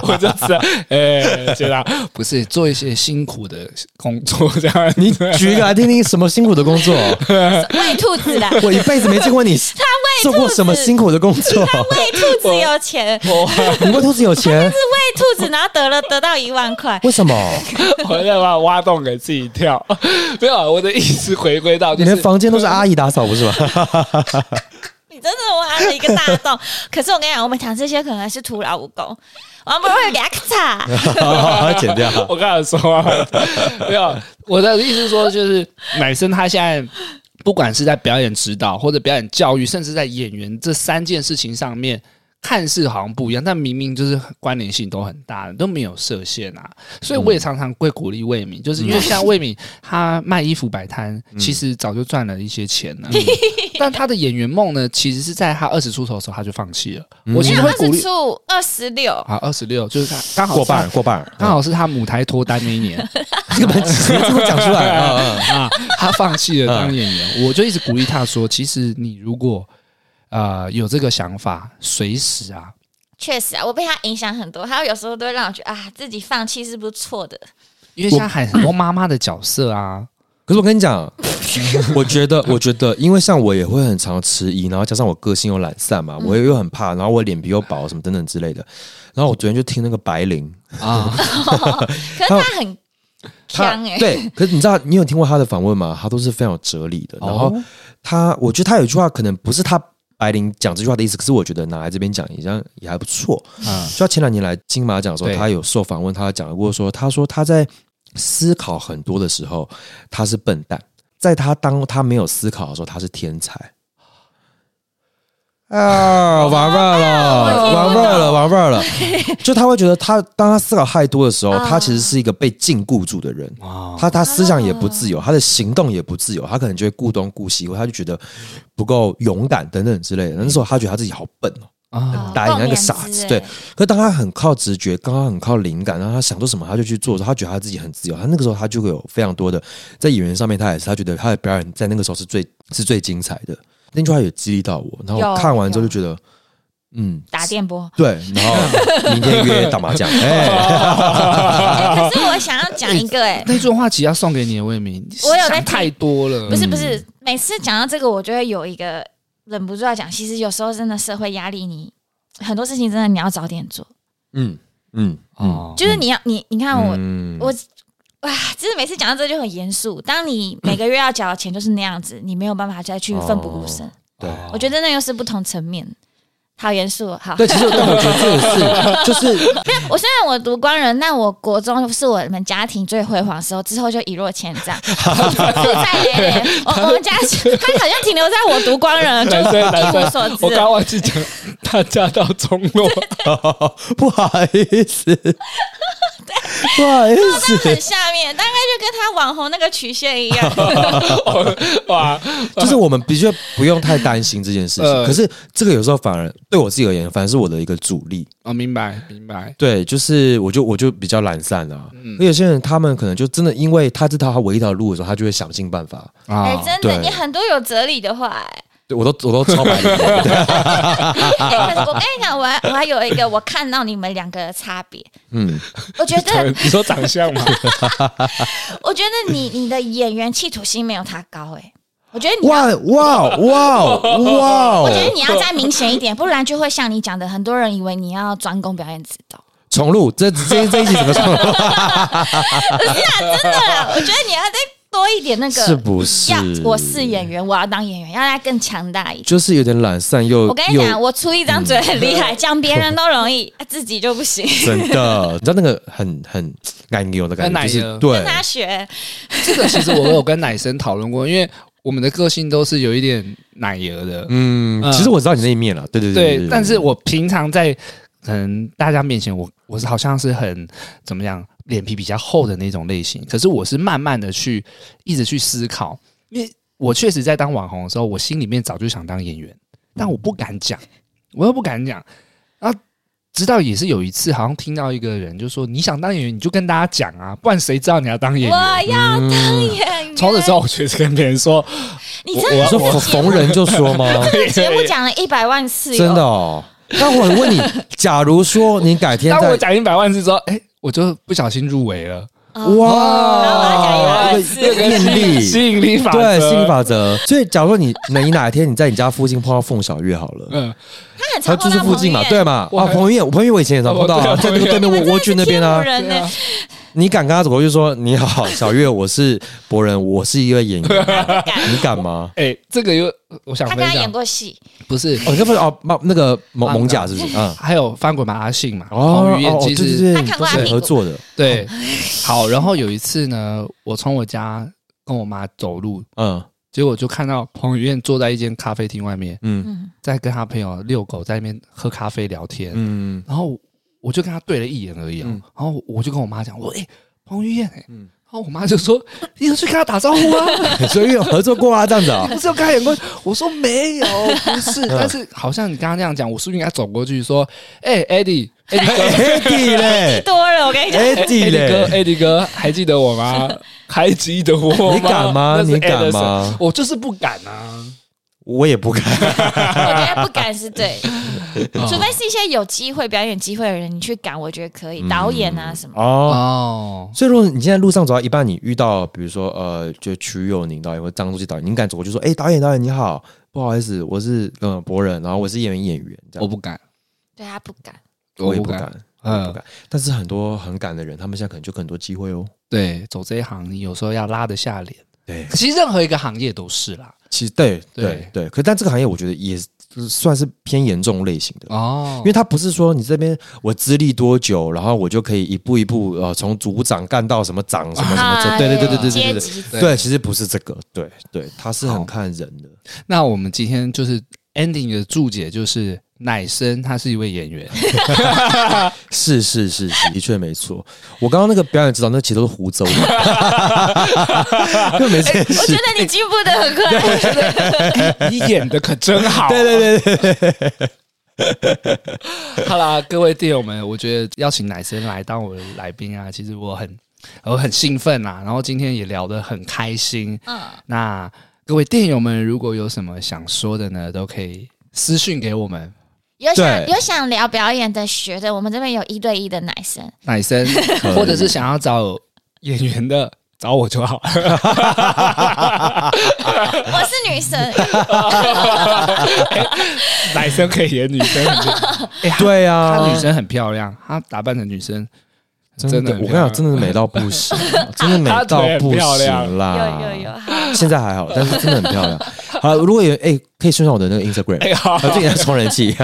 S4: 我 就是，哎，学长，
S2: 不是做一些辛苦的工作这样。
S1: 你举一个来听听，什么辛苦的工作？哦
S3: 喂兔子的，
S1: 我一辈子没见 过你做过什么辛苦的工作？
S3: 喂兔子有钱，
S1: 你喂兔子有 钱？
S3: 喂兔子然后得了得到一万块，
S1: 为什么？
S4: 我在把挖洞给自己跳。没有，啊我的意思回归到
S1: 你
S4: 就
S1: 的
S4: 是，
S1: 房间都是阿姨打扫不是吗？
S3: 你真的挖了一个大 洞。可是我跟你讲，我们讲这些可能是徒劳无功，王博瑞给他 咔嚓。
S1: 剪掉。
S4: 我刚才说啊，
S2: 没有，我的意思是说，就是奶生他现在不管是在表演指导或者表演教育，甚至在演员这三件事情上面，看似好像不一样，但明明就是关联性都很大的，都没有设限啊。所以我也常常会鼓励魏敏，
S3: 嗯
S2: 就是因为像魏敏她卖衣服摆摊，
S4: 嗯
S2: 其实早就赚了一些钱
S3: 嗯
S2: 了， 但她的演员梦呢，其实是在她二十出头的时候她就放弃了。
S4: 嗯
S2: 我其
S3: 没
S2: 实
S3: 有
S2: 会
S3: 二
S2: 鼓
S3: 十
S2: 励。
S3: 出二十六，
S2: 啊，二十六就是她刚好
S1: 过
S2: 是她
S1: 半，过半，
S2: 刚好是她母胎脱单那一年，
S1: 这个本直接这么讲 出来啊！
S2: 啊，他放弃了当演员，我就一直鼓励他说，其实你如果呃有这个想法，随时啊，
S3: 确实啊，我被他影响很多。他有时候都会让我觉得啊，自己放弃是不错的。
S2: 因为现在还很多妈妈的角色啊，
S1: 可是我跟你 讲，我觉得，我觉得，因为像我也会很常迟疑，然后加上我个性又懒散嘛，我又很怕，然后我脸皮又薄，什么等等之类的。然后我昨天就听那个白灵，
S2: 啊，
S3: 可是他很
S1: 他
S3: 强哎、
S1: 对，可是你知道，你有听过他的访问吗？他都是非常有哲理的。然后
S2: 哦
S1: 他，我觉得他有一句话，可能不是他白灵讲这句话的意思，可是我觉得拿来这边讲，也这样也还不错。
S2: 嗯
S1: 就他前两年来金马奖的时候，
S2: 对
S1: 他有受访问，他讲过说，他说他在思考很多的时候，他是笨蛋；在他当他没有思考的时候，他是天才。啊，玩味儿了，玩味儿了，玩味儿了。就他会觉得他，当他思考太多的时候，他其实是一个被禁锢住的人。
S2: 啊，
S1: 他他思想也不自由，他的行动也不自由，他可能就会顾东顾西，或他就觉得不够勇敢等等之类的。那时候他觉得他自己好笨哦，
S2: 啊，
S1: 大一点那个傻子，对。可当他很靠直觉，刚刚很靠灵感，然后他想做什么他就去做的时候，他觉得他自己很自由。他那个时候他就会有非常多的在演员上面，他也是他觉得他的表演在那个时候是最是最精彩的。那句话也激励到我，然后我
S3: 有
S1: 看完之后
S3: 有
S1: 就觉得，嗯，
S3: 打电 波。
S1: 对。然后明天约打麻将，哎，
S3: 哎可是我想要讲一个，哎，
S2: 那段话其实要送给你的魏明，
S3: 我有在
S2: 想
S3: 听
S2: 太多
S1: 嗯
S2: 了，
S3: 不是不是，每次讲到这个，我就会有一个忍不住要讲。其实有时候真的社会压力你，很多事情真的你要早点做，
S1: 嗯嗯，
S2: 哦，
S3: 就是你要你你看我、
S1: 嗯
S3: 我哇，就是每次讲到这就很严肃。当你每个月要缴的钱就是那样子，你没有办法再去奋不顾身。
S1: 对。
S3: 我觉得那又是不同层面。好严肃哦，好。
S1: 哦对，其 实但我觉得这个是，就是
S3: 我虽然我读光仁，但我国中是我们家庭最辉煌的时候，之后就一落千 丈。再也没我我们家他好像停留在我读光 仁，就
S4: 男生男
S3: 一无所
S4: 生，我
S3: 知。
S4: 刚忘记 讲，他嫁到中落，
S1: 不好意思，不好意思，
S3: 很下面，大概就跟他网红那个曲线 一样。
S1: 哦
S2: 哦
S4: 哇，
S1: 就是我们的确不用太担心这件事情。
S4: 呃
S1: 可是这个有时候反而对我自己而言，反而是我的一个阻力。
S2: 哦，明白明白，
S1: 对，就是我就我就比较懒散啊。
S2: 嗯
S1: 而有些人他们可能就真的因为他这条他唯一一条路的时候，他就会想尽办法。
S2: 啊
S3: 哎、真的，
S1: 对
S3: 你很多有哲理的话、哎
S1: 对我都我都超白目对
S3: 哎，可是我跟你讲，我还我还有一个，我看到你们两个的差别，
S1: 嗯，
S3: 我觉得，
S4: 你说长相嘛，
S3: 我觉得你你的演员企图心没有他高、哎，我觉得 你要，
S1: 哇哇哇哇
S3: 我觉！得你要再明显一点，不然就会像你讲的，很多人以为你要专攻表演指 导。
S1: 重录这这这一集怎么重录？
S3: 真的啦，我觉得你要再多一点那个，
S1: 是不是
S3: 要？我是演员，我要当演员，要再更强大一点。
S1: 就是嗯有点懒散又
S3: 我跟你
S1: 又
S3: 讲，我出一张嘴很厉害，讲别人都 容易，自己就不行。
S1: 真的，你知道那个很很奶牛的感
S2: 很奶
S1: 觉，就
S2: 油
S1: 是
S3: 跟
S1: 对，
S3: 他学，
S2: 这个其实我有跟奶生讨论过，因为我们的个性都是有一点奶油的，
S1: 嗯，
S2: 嗯
S1: 其实我知道你那一面了，对对对
S2: 对，但是我平常在可能大家面前我，我是好像是很怎么样，脸皮比较厚的那种类型。可是我是慢慢的去一直去思考，因为我确实在当网红的时候，我心里面早就想当演员，
S1: 嗯
S2: 但我不敢讲，我又不敢讲啊。直到也是有一次，好像听到一个人就说：“你想当演员，你就跟大家讲啊，不然谁知道你要当演
S3: 我
S2: 员
S3: 要当
S1: 嗯
S3: 演员。？”
S2: 从此之后，我确实跟别人说
S3: 你真
S1: 你
S3: 的
S1: 说逢逢人就说吗？
S3: 这个节 目讲了一百万次，
S1: 真的。哦。那我问你，假如说你改天
S2: 当我
S1: 在
S2: 讲一百万次之后，哎、我就不小心入围了。
S1: 哇，
S3: 然后我要讲
S1: 一
S3: 一
S1: 个一个念力，
S2: 吸引力法则，
S1: 对吸引力法则。所以，假如说你你哪一天你在你家附近碰到凤小月好了，
S2: 嗯，
S3: 他很
S1: 她
S3: 常
S1: 住
S3: 碰
S1: 宿
S3: 到
S1: 附近嘛，
S3: 彭于
S1: 对
S3: 晏，
S1: 嘛？
S2: 我
S1: 啊，
S2: 还
S1: 彭于晏，彭于晏我以前也常碰到啊，
S4: 哦
S1: 在
S4: 对
S1: 那个对面
S3: 你
S1: 我
S3: 们
S1: 我
S3: 真
S1: 去
S3: 的
S1: 那
S3: 是
S1: 边啊
S3: 天，母人呢，
S1: 你敢跟他走过去说你好，小月，我是博人，我是一位演员，
S3: 不敢
S1: 你敢吗？
S2: 哎、这个又我想
S3: 他
S2: 分
S3: 跟他演
S2: 享，
S3: 过戏，
S2: 不是
S1: 哦，你刚不是哦，那那个蒙
S2: 啊
S1: 蒙甲是不是？嗯，
S2: 还有翻滚吧阿信嘛，
S1: 哦
S2: 彭于
S1: 哦
S2: 晏
S1: 哦
S2: 其
S1: 对
S2: 实
S1: 对
S3: 他
S1: 对，
S3: 看
S1: 都
S3: 过他
S1: 是
S3: 屁股
S1: 合作的，
S2: 对好，然后有一次呢，我从我家跟我妈走路，
S1: 嗯
S2: 结果就看到彭于晏坐在一间咖啡厅外面，
S1: 嗯
S3: 嗯，
S2: 在跟他朋友遛狗，在那边喝咖啡聊天，
S1: 嗯，
S2: 然后我就跟他对了一眼而已、哦，
S1: 嗯
S2: 然后我就跟我妈讲，我哎、彭于晏哎、
S1: 嗯
S2: 然后我妈就说：“你要去跟他打招呼啊！”
S1: 所以有合作过啊，这样 子啊，
S2: 不是有跟他演过？我说没有，不
S1: 嗯
S2: 是。但是好像你刚刚那样讲，我是不是应该走过去说：“哎、e d d i e e d d i e 哥
S1: ，Eddie 嘞
S3: 多了，我跟你讲，
S1: ，Eddie
S2: ，Eddie 哥
S1: 嘞，
S2: ，Eddie 哥，还记得我 吗？
S4: 还记得我吗？
S1: 你敢吗？
S2: 哦那是
S1: 你敢吗？
S2: 我就是不敢啊。
S1: 我也不敢，
S3: 我觉得不敢是对，
S1: 哦
S3: 除非是一些有机会表演机会的人，你去敢，我觉得可以。导演
S2: 嗯
S3: 啊什么，
S1: 嗯哦。
S2: 哦，
S1: 所以，如果你现在路上走到一半，你遇到比如说呃，就曲友宁导演或张书记导演，你敢走过去说：“哎、导演，导演你好，不好意思，我是嗯博人，然后我是演员演员。”这
S2: 我
S1: 样，
S2: 不敢，
S3: 对他不敢。
S1: 我也
S2: 不
S1: 不。敢，我不
S2: 嗯，
S1: 敢。但是很多很敢的人，他们现在可能就很多机会哦。
S2: 对，走这一行，你有时候要拉得下脸。
S1: 对，
S2: 其实任何一个行业都是啦，
S1: 其实对
S2: 对
S1: 对对，可但这个行业我觉得也是算是偏严重类型的。
S2: 哦，
S1: 因为他不是说你这边我资历多久，然后我就可以一步一步呃从组长干到什么长什么什么这，对对对对对对
S3: 啊阶
S1: 对
S3: 级
S1: 对，对，其实不是这个，对对，他是
S2: 好
S1: 很看人的。
S2: 那我们今天就是 ending 的注解就是。奶生他是一位演员，
S1: 是是是是，的确没错。我刚刚那个表演指导，那其实都是胡诌的， 就没这件
S3: 哎我觉
S1: 事。
S3: 得你进步的很快，
S4: 你演的可真好。
S1: 对对对对，
S2: 好啦，各位队友们，我觉得邀请奶生来当我的来宾啊，其实我很我很兴奋啊，然后今天也聊得很开心。
S3: 嗯，
S2: 那各位队友们，如果有什么想说的呢，都可以私讯给我们
S3: 有想
S1: 对
S3: 有想聊表演的学的，我们这边有一对一的奶生，
S2: 奶生，
S1: 可以
S2: 或者是想要找演员的，找我就好 了。
S3: 我是女 生，
S4: 男生可以演女生，
S1: 对
S2: 她
S1: 啊
S2: 女，生很漂亮，她打扮成女生
S1: 真的，
S2: 很
S1: 我跟你
S2: 漂
S1: 讲，
S2: 亮
S1: 真的美到不行，啊真的美到不行
S3: 有
S1: 啦。
S3: 有有， 好，
S1: 现在还好，但是真的很漂亮。好，如果有哎、可以宣传我的那个 Instagram，、
S4: 哎好
S1: 我自己在充人 气。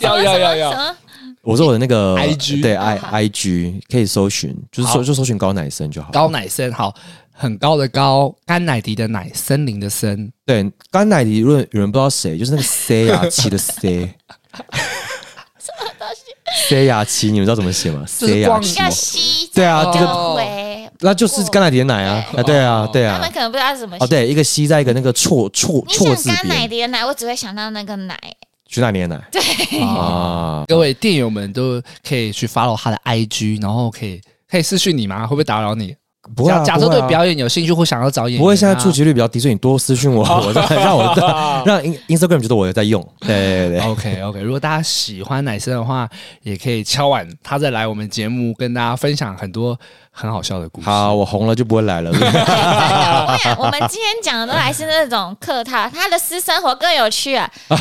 S4: 要要要
S3: 什
S4: 要，
S3: 么
S1: 我说我的那个
S4: IG
S1: 对 i i g 可以搜寻，就是
S2: 好
S1: 搜就搜寻高奶生就好。
S2: 高奶森，好，很高的高，甘乃迪的乃，森林的森，
S1: 对，高奶迪，如果有人不知道谁，就是那个 C 牙奇的 C。C 牙奇，你们知道怎么写吗
S2: 是
S1: ？C 牙
S2: 逛
S1: 奇
S3: 一，个西，
S1: 对啊，这个
S2: 哦
S3: 喂，
S1: 那就是甘乃迪的奶啊，啊对啊，对
S3: 他
S1: 啊
S3: 们，可能不知道是什么
S1: 哦
S3: 西。
S1: 对，一个西在一个那个错错
S3: 你
S1: 错
S3: 想
S1: 字
S3: 干奶
S1: 边，
S3: 迪的奶，我只会想到那个奶，
S1: 徐乃年的奶
S2: 啊，
S1: 啊，
S2: 各位电友们都可以去 follow 他的 IG，然后可以可以私讯你吗？会不会打扰你？
S1: 不会啊
S2: 假假
S1: 不
S2: 设
S1: 会
S2: 对
S1: 啊
S2: 表演有兴趣或想要找演员、啊，
S1: 不会，现在触及率比较低，所以你多私讯我，
S4: 哦
S1: 我让让 我让 In- Instagram 觉得我有在用。对对
S4: 哦
S1: 对
S2: OK OK，如果大家喜欢奶森的话，也可以敲碗他再来我们节目跟大家分享很多很好笑的故事。
S1: 好，，我红了就不 会来了。
S3: 我想 我们今天讲的都还是那种客套，他的私生活更有趣啊！才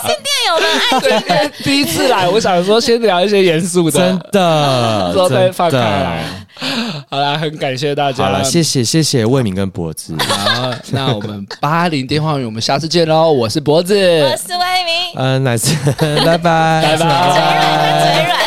S3: 是店友们爱听的。
S4: 第一次来，我想说先聊一些严肃
S1: 真
S4: 的，
S1: 的，
S4: 之后再放
S1: 真
S4: 开
S1: 的。
S4: 来。好啦，很感谢大家。
S1: 好了，谢谢谢谢魏敏跟柏芝，
S2: 好，那我们八零电话语，我们下次见喽！我是脖子，
S3: 我是威明，
S1: 嗯，奶森，拜
S4: 拜拜
S1: 拜，
S3: 嘴软，快嘴软。